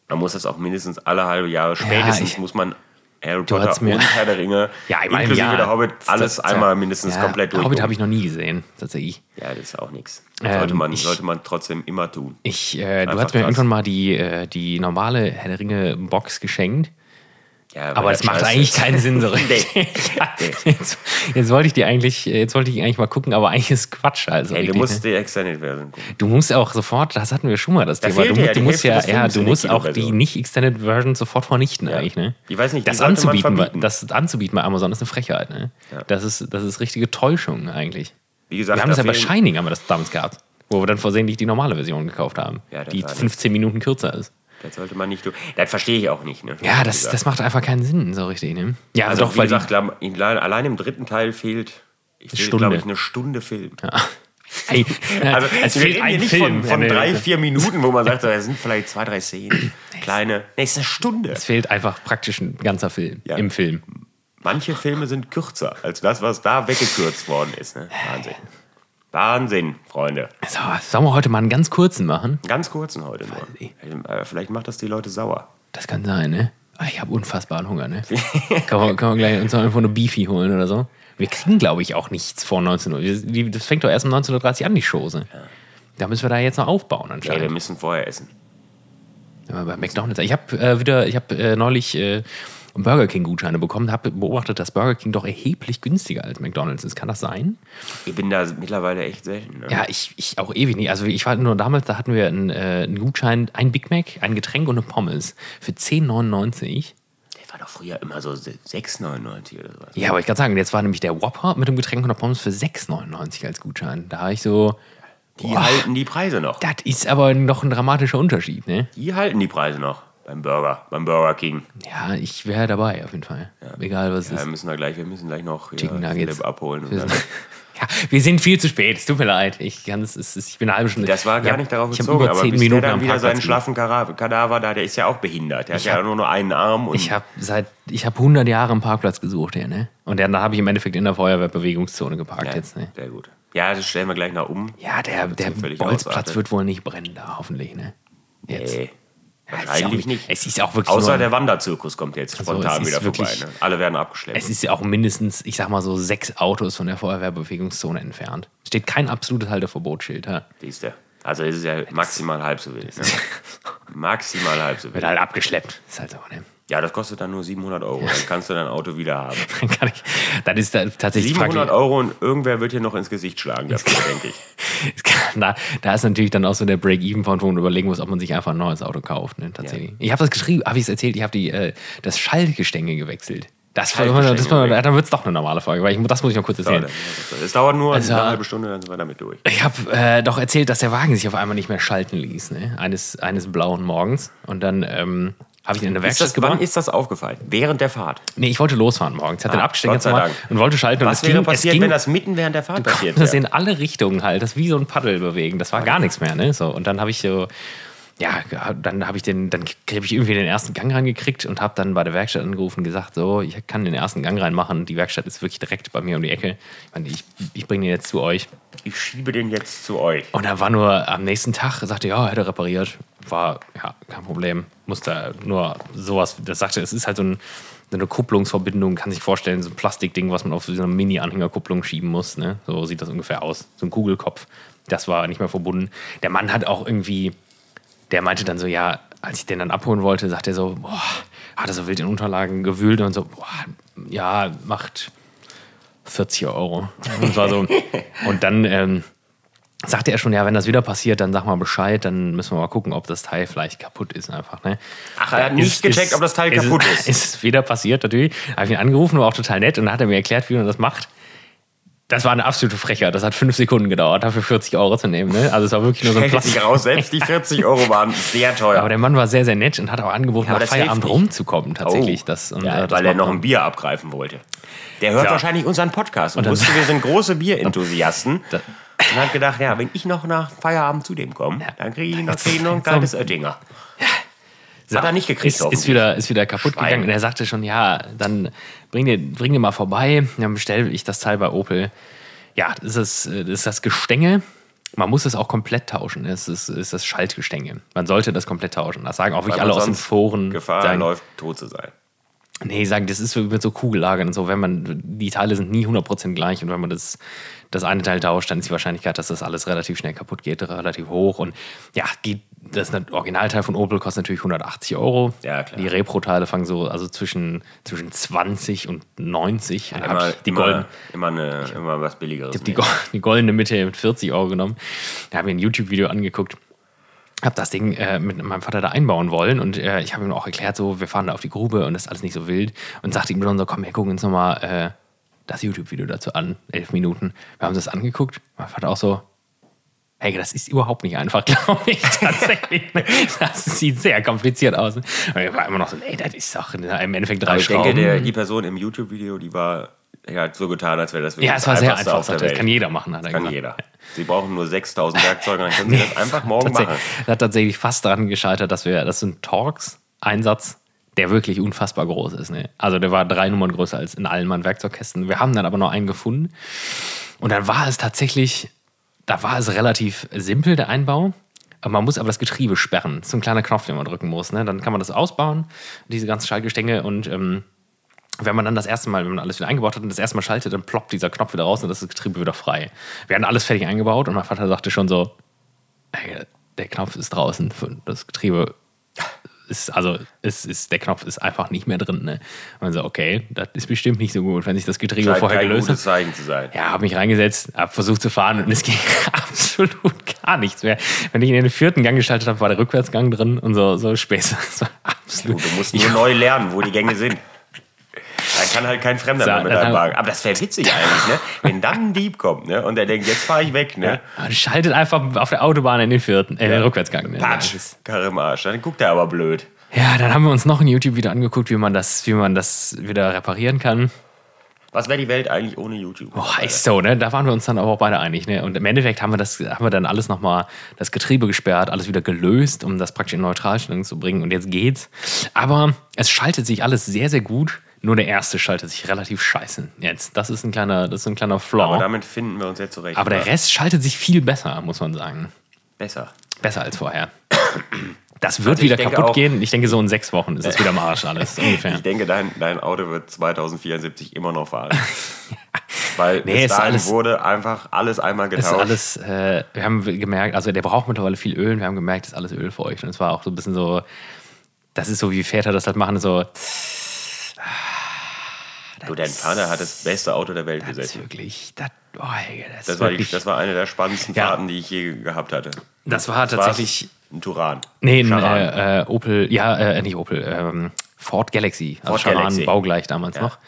Man muss das auch mindestens alle halbe Jahre, spätestens ich- muss man Harry hast Potter mir- und Herr der Ringe, [LAUGHS] Ja, ich meine, inklusive ja, der Hobbit, das- alles das- äh, einmal mindestens komplett durch. Hobbit habe ich noch nie gesehen, tatsächlich. ja, das ist auch nichts. Ähm, Sollte, man, ich- sollte man trotzdem immer tun. Ich, äh, du Einfach hast mir krass. irgendwann mal die, äh, die normale Herr der Ringe-Box geschenkt. Ja, weil Aber das macht scheiße eigentlich ist. [LAUGHS] keinen Sinn so richtig. [LAUGHS] jetzt, jetzt wollte ich die eigentlich, jetzt wollte ich die eigentlich mal gucken, aber eigentlich ist Quatsch halt so Ey, du richtig, musst ne? die Extended Version gucken. du musst auch sofort, das hatten wir schon mal das Da Thema. Du, fehlt mu- ja du die musst Hälfte ja, des ja, Films du in der musst auch die Kinoversion. nicht Extended Version sofort vernichten Ja. eigentlich, ne? Ich weiß nicht, die das sollte man anzubieten, bei- verbieten. das anzubieten bei Amazon ist eine Frechheit, ne? Ja. Das ist, das ist richtige Täuschung eigentlich. Wie gesagt, wir haben das da ja bei fehlen- Shining haben wir das damals gehabt, wo wir dann versehentlich die normale Version gekauft haben, Ja, das die war das. 15 Minuten kürzer ist. Das sollte man nicht tun. Das verstehe ich auch nicht. Ne? Ja, Wie das, gesagt. das macht einfach keinen Sinn so richtig, ne? Ja, Also doch, wie weil die, gesagt, [LAUGHS] glaub- in- allein im dritten Teil fehlt, ich fehlt, Stunde. glaube ich, eine Stunde Film. Ey, Also es wir fehlt reden ein hier nicht Film. von, von Ja, nee, drei, nee. [LAUGHS] vier Minuten, wo man sagt, da sind vielleicht zwei, drei Szenen. Kleine. Nee, ist eine Stunde. Es fehlt einfach praktisch ein ganzer Film Ja. im Film. Manche Filme sind kürzer als das, was da weggekürzt worden ist. Ne? Wahnsinn. Wahnsinn, Freunde. So, sollen wir heute mal einen ganz kurzen machen? Ganz kurzen heute nur. Äh, Vielleicht macht das die Leute sauer. Das kann sein, ne? Ah, Ich habe unfassbaren Hunger, [LAUGHS] ne? kann, man, kann man gleich uns noch einfach eine Beefy holen oder so? Wir kriegen, glaube ich, auch nichts vor 19 Uhr. Wir- die- Das fängt doch erst um 19.30 Uhr an, die Chose. Da müssen wir da jetzt noch aufbauen Ja, wir anscheinend. müssen vorher essen. Ja, bei McDonalds. Ich habe äh, wieder, ich habe äh, neulich äh, Burger King-Gutscheine bekommen, habe beobachtet, dass Burger King doch erheblich günstiger als McDonalds ist. Kann das sein? Ich bin da mittlerweile echt selten. Ne? Ja, ich, ich auch ewig nicht. Also ich war nur damals, da hatten wir einen, äh, einen Gutschein, ein Big Mac, ein Getränk und eine Pommes für 10,99. Der war doch früher immer so 6,99 oder sowas. Ja, aber ich kann sagen, jetzt war nämlich der Whopper mit dem Getränk und der Pommes für 6,99 als Gutschein. Da habe ich so, Die halten die Preise noch. das ist aber noch ein dramatischer Unterschied, ne? Die halten die Preise noch beim Burger, beim Burger King. Ja, ich wäre dabei auf jeden Fall. Egal was es Ja, ist. müssen wir, gleich, wir müssen gleich noch hier Chicken Nuggets. Philipp abholen. Und Wir- dann [LAUGHS] Ja, wir sind viel zu spät. Es tut mir leid. Ich, kann, es ist, ich bin eine halbe Stunde. Das war ich gar hab- nicht darauf ich hab bezogen, über aber 10 bis Minuten der am dann wieder Parkplatz seinen gelegen. schlaffen Kara- Kadaver da, der ist ja auch behindert. Der hat ja hab- nur noch einen Arm und Ich habe seit ich habe 100 Jahre einen Parkplatz gesucht hier, ne? Und dann habe ich im Endeffekt in der Feuerwehrbewegungszone geparkt ja, jetzt, ne? sehr gut. Ja, das stellen wir gleich noch um. Ja, der, der ja völlig Bolzplatz ausartet. wird wohl nicht brennen da, hoffentlich, ne? Jetzt. Nee, Ja, es ist wahrscheinlich auch nicht. Es ist auch wirklich Außer nur, Also, der Wanderzirkus kommt jetzt es spontan ist wieder vorbei. wirklich- Ne? Alle werden es abgeschleppt. ist ja auch mindestens, ich sag mal so, sechs Autos von der Feuerwehrbewegungszone entfernt. Steht kein absolutes Halteverbotsschild, ha? Siehst du. Also es ist ja maximal halb so wild. Ne? [LAUGHS] Maximal halb so Wird wild. halt abgeschleppt. Ist halt so, ne? [LAUGHS] Ja, das kostet dann nur 700 Euro. Dann kannst du dein Auto wieder haben. Dann kann ich, dann ist da tatsächlich die Frage- 700 Euro und irgendwer wird hier noch ins Gesicht schlagen dafür, [LAUGHS] denke ich. Es [LAUGHS] kann- Da, da ist natürlich dann auch so der Break-Even-Punkt, wo man überlegen muss, ob man sich einfach ein neues Auto kauft. Ne, tatsächlich. Ich habe das geschrieben, habe ich es erzählt, ich habe die, äh, das Schaltgestänge gewechselt. Das, war- Schaltgestänge das war, dann wird es doch eine normale Folge, weil ich, mu- das muss ich noch kurz erzählen. Es dauert nur Also- eine halbe Stunde, dann sind wir damit durch. Ich habe äh, doch erzählt, dass der Wagen sich auf einmal nicht mehr schalten ließ, ne? eines, eines blauen Morgens. Und dann ähm, habe ich ihn in der Ist Werkstatt das, wann gebracht. ist das aufgefallen? Während der Fahrt. Nee, ich wollte losfahren morgens. Ich hatte den Abstecher Gott sei gemacht Dank. und wollte schalten. und es Was wäre ging, es passiert, ging, wenn das mitten während der Fahrt passiert das wäre? in alle Richtungen halt, das wie so ein Paddel bewegen. Das war gar nichts mehr, ne? So und dann habe ich so ja, dann habe ich den dann habe ich irgendwie den ersten Gang reingekriegt und habe dann bei der Werkstatt angerufen und gesagt, so, ich kann den ersten Gang reinmachen. Die Werkstatt ist wirklich direkt bei mir um die Ecke. Ich meine, ich, ich bringe den jetzt zu euch. Ich schiebe den jetzt zu euch. Und dann war nur am nächsten Tag, sagte, ja, hätte repariert. war, ja, kein Problem. Musste nur sowas, das sagte, es ist halt so ein, so eine Kupplungsverbindung, kann sich vorstellen, so ein Plastikding, was man auf so eine Mini-Anhängerkupplung schieben muss. Ne? So sieht das ungefähr aus. So ein Kugelkopf. Das war nicht mehr verbunden. Der Mann hat auch irgendwie, der meinte dann so, ja, als ich den dann abholen wollte, sagt er so, boah, hat er so wild in Unterlagen gewühlt und so, boah, ja, macht 40 Euro. Und, war [LAUGHS] so, und dann ähm, sagte er schon, ja, wenn das wieder passiert, dann sag mal Bescheid, dann müssen wir mal gucken, ob das Teil vielleicht kaputt ist einfach. Ne? Ach, er hat nicht Ist- gecheckt, ist- ob das Teil kaputt [LAUGHS] ist. Ist es wieder passiert, natürlich. Habe ich ihn angerufen, war auch total nett und dann hat er mir erklärt, wie man das macht. Das war eine absolute Frechheit. Das hat fünf Sekunden gedauert, dafür 40 Euro zu nehmen. Ne? Also es war wirklich nur so ein Stellt sich Plastik. raus, selbst die 40 Euro waren sehr teuer. Aber der Mann war sehr, sehr nett und hat auch angeboten, aber nach das hilft Feierabend nicht. rumzukommen tatsächlich. Oh. Das, und, ja, äh, das weil er macht noch man. ein Bier abgreifen wollte. Der hört Ja. wahrscheinlich unseren Podcast und, dann- wusste, wir sind [LAUGHS] große Bierenthusiasten. Da- und hat gedacht, ja, wenn ich noch nach Feierabend zu dem komme, dann kriege ich noch, krieg ich noch So. ein Mhm. kaltes Oettinger. Hat er nicht gekriegt. Ist, ist, wieder, ist wieder kaputt Schwein. gegangen. Und er sagte schon, ja, dann bring dir, bring dir mal vorbei. Dann bestelle ich das Teil bei Opel. Ja, das ist, äh, das ist das Gestänge. Man muss es auch komplett tauschen. Es ist, ist das Schaltgestänge. Man sollte das komplett tauschen. Das sagen auch wirklich Weil alle aus den sonst Foren. Gefahr sagen, läuft, tot zu sein. Nee, sagen, das ist mit so Kugellagern und so. Wenn man, die Teile sind nie 100% gleich und wenn man das, das eine Teil tauscht, dann ist die Wahrscheinlichkeit, dass das alles relativ schnell kaputt geht, relativ hoch. Und ja, die, das Originalteil von Opel kostet natürlich 180 Euro. Ja, klar. Die Repro-Teile fangen so, also zwischen, zwischen 20 und 90. Da hab Immer, ich die immer, golden, immer, eine, immer was Billigeres. die, go- [LAUGHS] die goldene Mitte mit 40 Euro genommen. Da habe ich ein YouTube-Video angeguckt. Habe das Ding äh, mit meinem Vater da einbauen wollen und äh, ich habe ihm auch erklärt, so, wir fahren da auf die Grube und das ist alles nicht so wild. Und sagte ihm dann so, komm, wir gucken uns nochmal äh, das YouTube-Video dazu an. Elf Minuten. Wir haben uns das angeguckt. Mein Vater auch so, Hey, das ist überhaupt nicht einfach, [LAUGHS] glaube ich, tatsächlich. Das sieht sehr kompliziert aus. Und ich war immer noch so, ey, das ist doch im Endeffekt drei Aber ich denke, Schrauben. der, die Person im YouTube-Video, die war ja, hat so getan, als wäre das wirklich ja, es war sehr Einfachste einfach. auf der Das Welt. kann jeder machen, hat er Kann gesagt. jeder. Sie brauchen nur 6000 [LAUGHS] Werkzeuge, dann können Sie das einfach morgen machen. Tatsächlich, das hat tatsächlich fast daran gescheitert, dass wir, das ist ein Torx-Einsatz, der wirklich unfassbar groß ist. Ne? Also der war drei Nummern größer als in allen meinen Werkzeugkästen. Wir haben dann aber noch einen gefunden. Und dann war es tatsächlich, da war es relativ simpel, der Einbau. Aber Man muss aber das Getriebe sperren. Das ist so ein kleiner Knopf, den man drücken muss. Ne? Dann kann man das ausbauen, diese ganzen Schaltgestänge. Und ähm, wenn man dann das erste Mal, wenn man alles wieder eingebaut hat und das erste Mal schaltet, dann ploppt dieser Knopf wieder raus und das ist das Getriebe wieder frei. Wir hatten alles fertig eingebaut und mein Vater sagte schon so, Ey, der Knopf ist draußen. für Das Getriebe ist, also es ist, der Knopf ist einfach nicht mehr drin. Ne? Und so, okay, das ist bestimmt nicht so gut, wenn sich das Getriebe Scheint vorher kein gelöst hat. gutes Zeichen zu sein. Ja, habe mich reingesetzt, habe versucht zu fahren und es ging [LAUGHS] absolut gar nichts mehr. Wenn ich in den vierten Gang geschaltet habe, war der Rückwärtsgang drin und so, so Späße. [LAUGHS] Das war Du, absolut. du [LAUGHS] musst nur neu lernen, wo die Gänge sind. Dann kann halt kein Fremder So, mehr mit dann einem haben- Wagen. Aber das wäre witzig eigentlich, ne? Wenn dann ein Dieb kommt, ne? Und der denkt, jetzt fahre ich weg, ne? Aber Ah, Schaltet einfach auf der Autobahn in den vierten, äh, den Rückwärtsgang. Ne? Patsch, Karre im Arsch. Dann guckt er aber blöd. Ja, dann haben wir uns noch ein YouTube-Video angeguckt, wie man das, wie man das wieder reparieren kann. Was wäre die Welt eigentlich ohne YouTube? Boah, ist so, ne? Da waren wir uns dann aber auch beide einig, ne? Und im Endeffekt haben wir das, haben wir dann alles nochmal, das Getriebe gesperrt, alles wieder gelöst, um das praktisch in Neutralstellung zu bringen. Und jetzt geht's. Aber es schaltet sich alles sehr, sehr gut. Nur der erste schaltet sich relativ scheiße. Jetzt, das ist ein kleiner, das ist ein kleiner Flaw. Aber Aber, damit finden wir uns jetzt zurecht. der Rest schaltet sich viel besser, muss man sagen. Besser. Also Besser als vorher. [COUGHS] Das wird ich wieder denke kaputt auch- gehen. Ich denke, so in sechs Wochen ist es wieder am Arsch [LAUGHS] alles. Ungefähr. Ich denke, dein, dein Auto wird 2074 immer noch [LAUGHS] fahren. Weil Nee, bis ist dahin alles- wurde einfach alles einmal Das ist getauscht. alles, äh, wir haben gemerkt, also der braucht mittlerweile viel Öl und wir haben gemerkt, das ist alles ölfeucht. Und es war auch so ein bisschen so, das ist so, wie Väter das halt machen, so, du, dein Vater hat das beste Auto der Welt das besessen. ist wirklich, das, oh, Helge, das, Das ist war, die, wirklich, das war eine der spannendsten Ja. Fahrten, die ich je gehabt hatte. das war War's tatsächlich, ein Turan. nee, ein Charan. äh, äh, Opel, ja, äh, nicht Opel, ähm, Ford Galaxy, also Ford Charan, Galaxy. baugleich damals noch.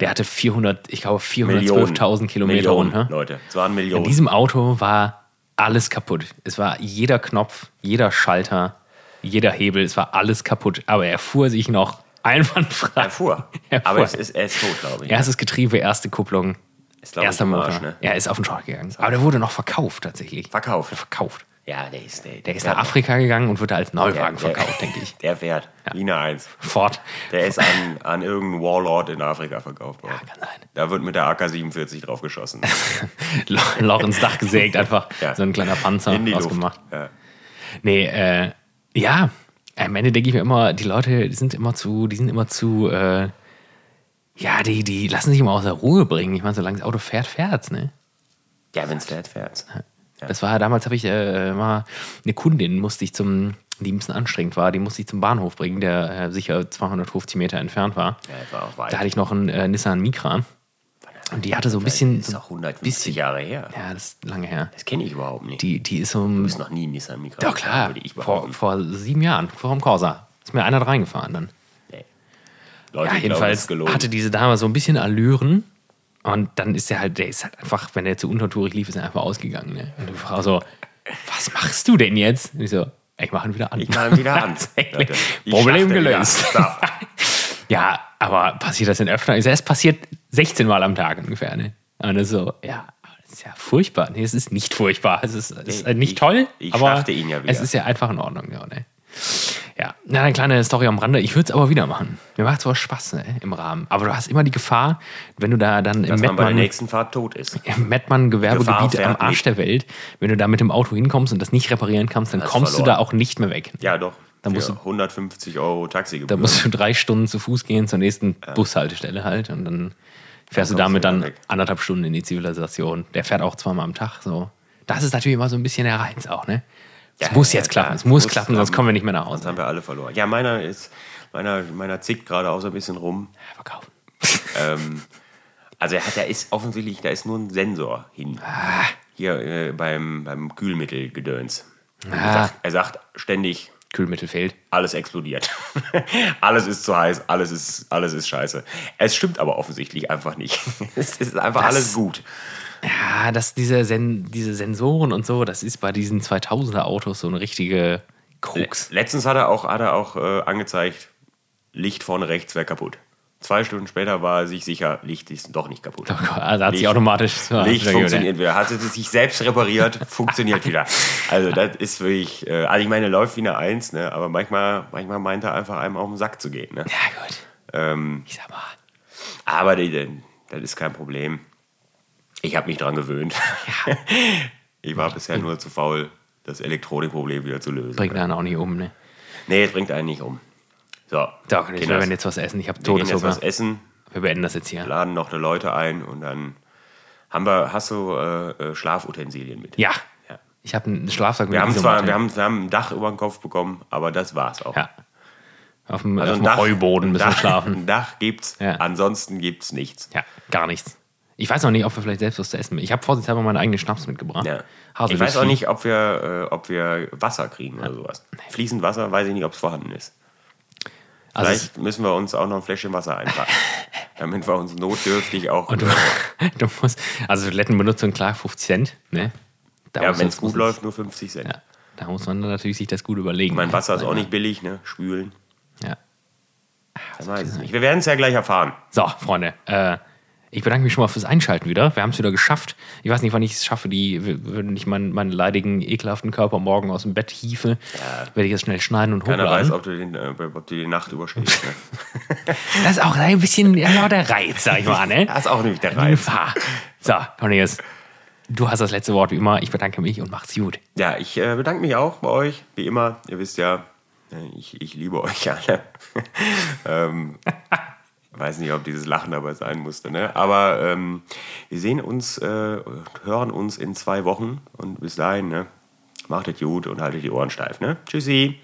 Der hatte 400, ich glaube, Millionen. 412.000 Kilometer Millionen, runter. Leute, es waren In Millionen. diesem Auto war alles kaputt. Es war jeder Knopf, jeder Schalter, jeder Hebel, es war alles kaputt. Aber er fuhr sich noch [LAUGHS] einwandfrei. [LAUGHS] er fuhr. [LAUGHS] Er fuhr. Aber es ist, er ist tot, glaube ich. Erstes Getriebe, erste Kupplung, Ist, glaub ich, erster im Motor. Arsch, ne? Er ist auf den Schrott gegangen. Aber der wurde noch verkauft tatsächlich. Verkauft. Verkauft. Ja, der ist der. Der ist nach Afrika gegangen und wurde als Neuwagen verkauft, denke ich. Der fährt. Lina 1. Ford. Der ist an, an irgendeinen Warlord in Afrika verkauft worden. kann [LAUGHS] sein. Da wird mit der AK-47 drauf geschossen. Loch Loch ins Dach gesägt, einfach [LAUGHS] Ja. so ein kleiner Panzer In die Luft. ausgemacht. Ja. Nee, äh, ja, am Ende denke ich mir immer, die Leute die sind immer zu, die sind immer zu, äh, ja, die, die lassen sich immer aus der Ruhe bringen. Ich meine, solange das Auto fährt, fährt's, ne? Ja, wenn es fährt, fährt Das war damals habe ich äh, mal eine Kundin musste ich zum die ein bisschen anstrengend war, die musste ich zum Bahnhof bringen, der äh, sicher 250 Meter entfernt war. Ja, war auch weit. Da hatte ich noch einen äh, Nissan Micra und die hatte so ein bisschen Das ist so- auch 150 Jahre her. ja, das ist lange her. Das kenne ich überhaupt nicht. Die die ist so ein- ist noch nie ein Nissan Micra. ja klar, Würde ich vor, behaupten. vor sieben Jahren, vor dem Corsa. Ist mir einer da reingefahren dann. Ja, Nee. Leute, ich glaube, das jedenfalls ist gelogen. hatte diese Dame so ein bisschen Allüren. Und dann ist er halt, der ist halt einfach, wenn er zu untertourig lief, ist er einfach ausgegangen. Ne? Und du fragst so, was machst du denn jetzt? Und ich so, ich mache ihn wieder an. ich mach ihn wieder an. [LAUGHS] Tatsächlich. Leute, ich Problem schaff den gelöst. wieder. So. [LAUGHS] Ja, aber passiert das denn öfter? Ich so, es passiert 16 Mal am Tag ungefähr. Ne? Und dann so, ja, das ist ja furchtbar. Nee, es ist nicht furchtbar. Es ist, es ist Nee, äh, nicht ich- toll, ich aber schaffte ihn ja wieder. es ist ja einfach in Ordnung. Ja, ne? ja. Na, eine kleine Story am Rande. Ich würde es aber wieder machen. Mir macht es aber Spaß ne? im Rahmen. Aber du hast immer die Gefahr, wenn du da dann im Dass man bei der Mettmann, nächsten Fahrt tot ist. im Mettmann-Gewerbegebiet Gefahr am fährt Arsch nicht. der Welt, wenn du da mit dem Auto hinkommst und das nicht reparieren kannst, dann Hast kommst du verloren. da auch nicht mehr weg. Ja, doch. Dann Für musst du- 150 Euro Taxigebühr. Da musst du drei Stunden zu Fuß gehen zur nächsten Bushaltestelle halt und dann fährst du Dann damit kommst du wieder dann weg. anderthalb Stunden in die Zivilisation. Der fährt auch zweimal am Tag so. Das ist natürlich immer so ein bisschen der Reiz auch, ne? Es Ja, muss ja, jetzt klar. klappen, es muss, Muss klappen, sonst klappen. kommen wir nicht mehr nach Sonst Hause. haben wir alle verloren. Ja, meiner ist, meiner, meiner zickt gerade auch so ein bisschen rum. Ja, verkaufen. Ähm, also er hat, da ist offensichtlich, da ist nur ein Sensor hin. Ah. Hier äh, beim, beim Kühlmittelgedöns. Ah. Er, sagt, er sagt ständig, Kühlmittel fehlt. alles explodiert. [LAUGHS] alles ist zu heiß, alles ist, alles ist scheiße. Es stimmt aber offensichtlich einfach nicht. [LAUGHS] es ist einfach Das- alles gut. Ja, Ah, das, diese, Sen diese Sensoren und so, das ist bei diesen 2000er Autos so eine richtige Krux. Letztens hat er auch, hat er auch äh, angezeigt, Licht vorne rechts wäre kaputt. Zwei Stunden später war er sich sicher, Licht ist doch nicht kaputt. Also hat sich Licht- automatisch. ne? Licht Ja, gut, funktioniert wieder. Hat es sich selbst repariert, funktioniert wieder. Also das ist wirklich, äh, also ich meine, läuft wie eine Eins, ne? aber manchmal, manchmal meint er einfach einem auf den Sack zu gehen. Ne? Ja, Ja, gut. Ähm, Ich sag mal. aber die, die, das ist kein Problem. Ich habe mich dran gewöhnt. Ja. [LAUGHS] Ich war bisher nur zu faul, das Elektronikproblem wieder zu lösen. Bringt einen auch nicht um, ne? Nee, es bringt einen nicht um. So, Doch, ich Kinders, will jetzt was essen. Ich habe wir gehen jetzt Todeshunger. was essen, Wir beenden das jetzt hier. laden noch die Leute ein und dann haben wir, hast du äh, äh, Schlafutensilien mit? Ja. Ja. Ich habe einen Schlafsack mit Wir haben zwar, Isomatte. wir haben, wir haben ein Dach über den Kopf bekommen, aber das war's auch. Ja. Auf dem, Also auf ein dem Dach- Heuboden ein müssen wir Dach- schlafen. Ein [LAUGHS] Dach gibt's, Ja. ansonsten gibt's nichts. Ja, gar nichts. Ich weiß noch nicht, ob wir vielleicht selbst was zu essen. Ich habe vorsichtshalber meinen eigenen Schnaps mitgebracht. Ja. Ich Haselnüsse. weiß auch nicht, ob wir, äh, ob wir Wasser kriegen oder sowas. Fließend Wasser, weiß ich nicht, ob es vorhanden ist. Also es- Vielleicht müssen wir uns auch noch ein Fläschchen Wasser [LAUGHS] einpacken, damit wir uns notdürftig auch. du, [LAUGHS] du musst, also Toilettenbenutzung, klar, 50 Cent. Ne? Da ja, muss wenn man- es gut läuft, nur 50 Cent. Ja, da muss man dann natürlich sich das gut überlegen. Mein Wasser ist auch nicht billig, ne? Spülen. Ja. Man weiß es nicht. Wir werden es ja gleich erfahren. So, Freunde, äh, ich bedanke mich schon mal fürs Einschalten wieder. Wir haben es wieder geschafft. Ich weiß nicht, wann ich es schaffe, die, w- wenn ich meinen, meinen leidigen, ekelhaften Körper morgen aus dem Bett hiefe, werde ich das schnell schneiden und Keiner weiß, hochladen. ob du, den, äh, ob du die Nacht [LAUGHS] überstehst. Ne? Das ist auch ein bisschen ja, genau der Reiz, sag ich mal, ne? Das ist auch nämlich der Die [LAUGHS] Reiz. Gefahr. [LAUGHS] So, Cornelius, du hast das letzte Wort wie immer. Ich bedanke mich und macht's gut. Ja, ich äh, bedanke mich auch bei euch, wie immer. Ihr wisst ja, äh, ich, ich liebe euch alle. [LAUGHS] ähm, weiß nicht, ob dieses Lachen dabei sein musste, ne? Aber ähm, wir sehen uns, äh, und hören uns in zwei Wochen und bis dahin, ne? Macht es gut und haltet die Ohren steif, ne? Tschüssi.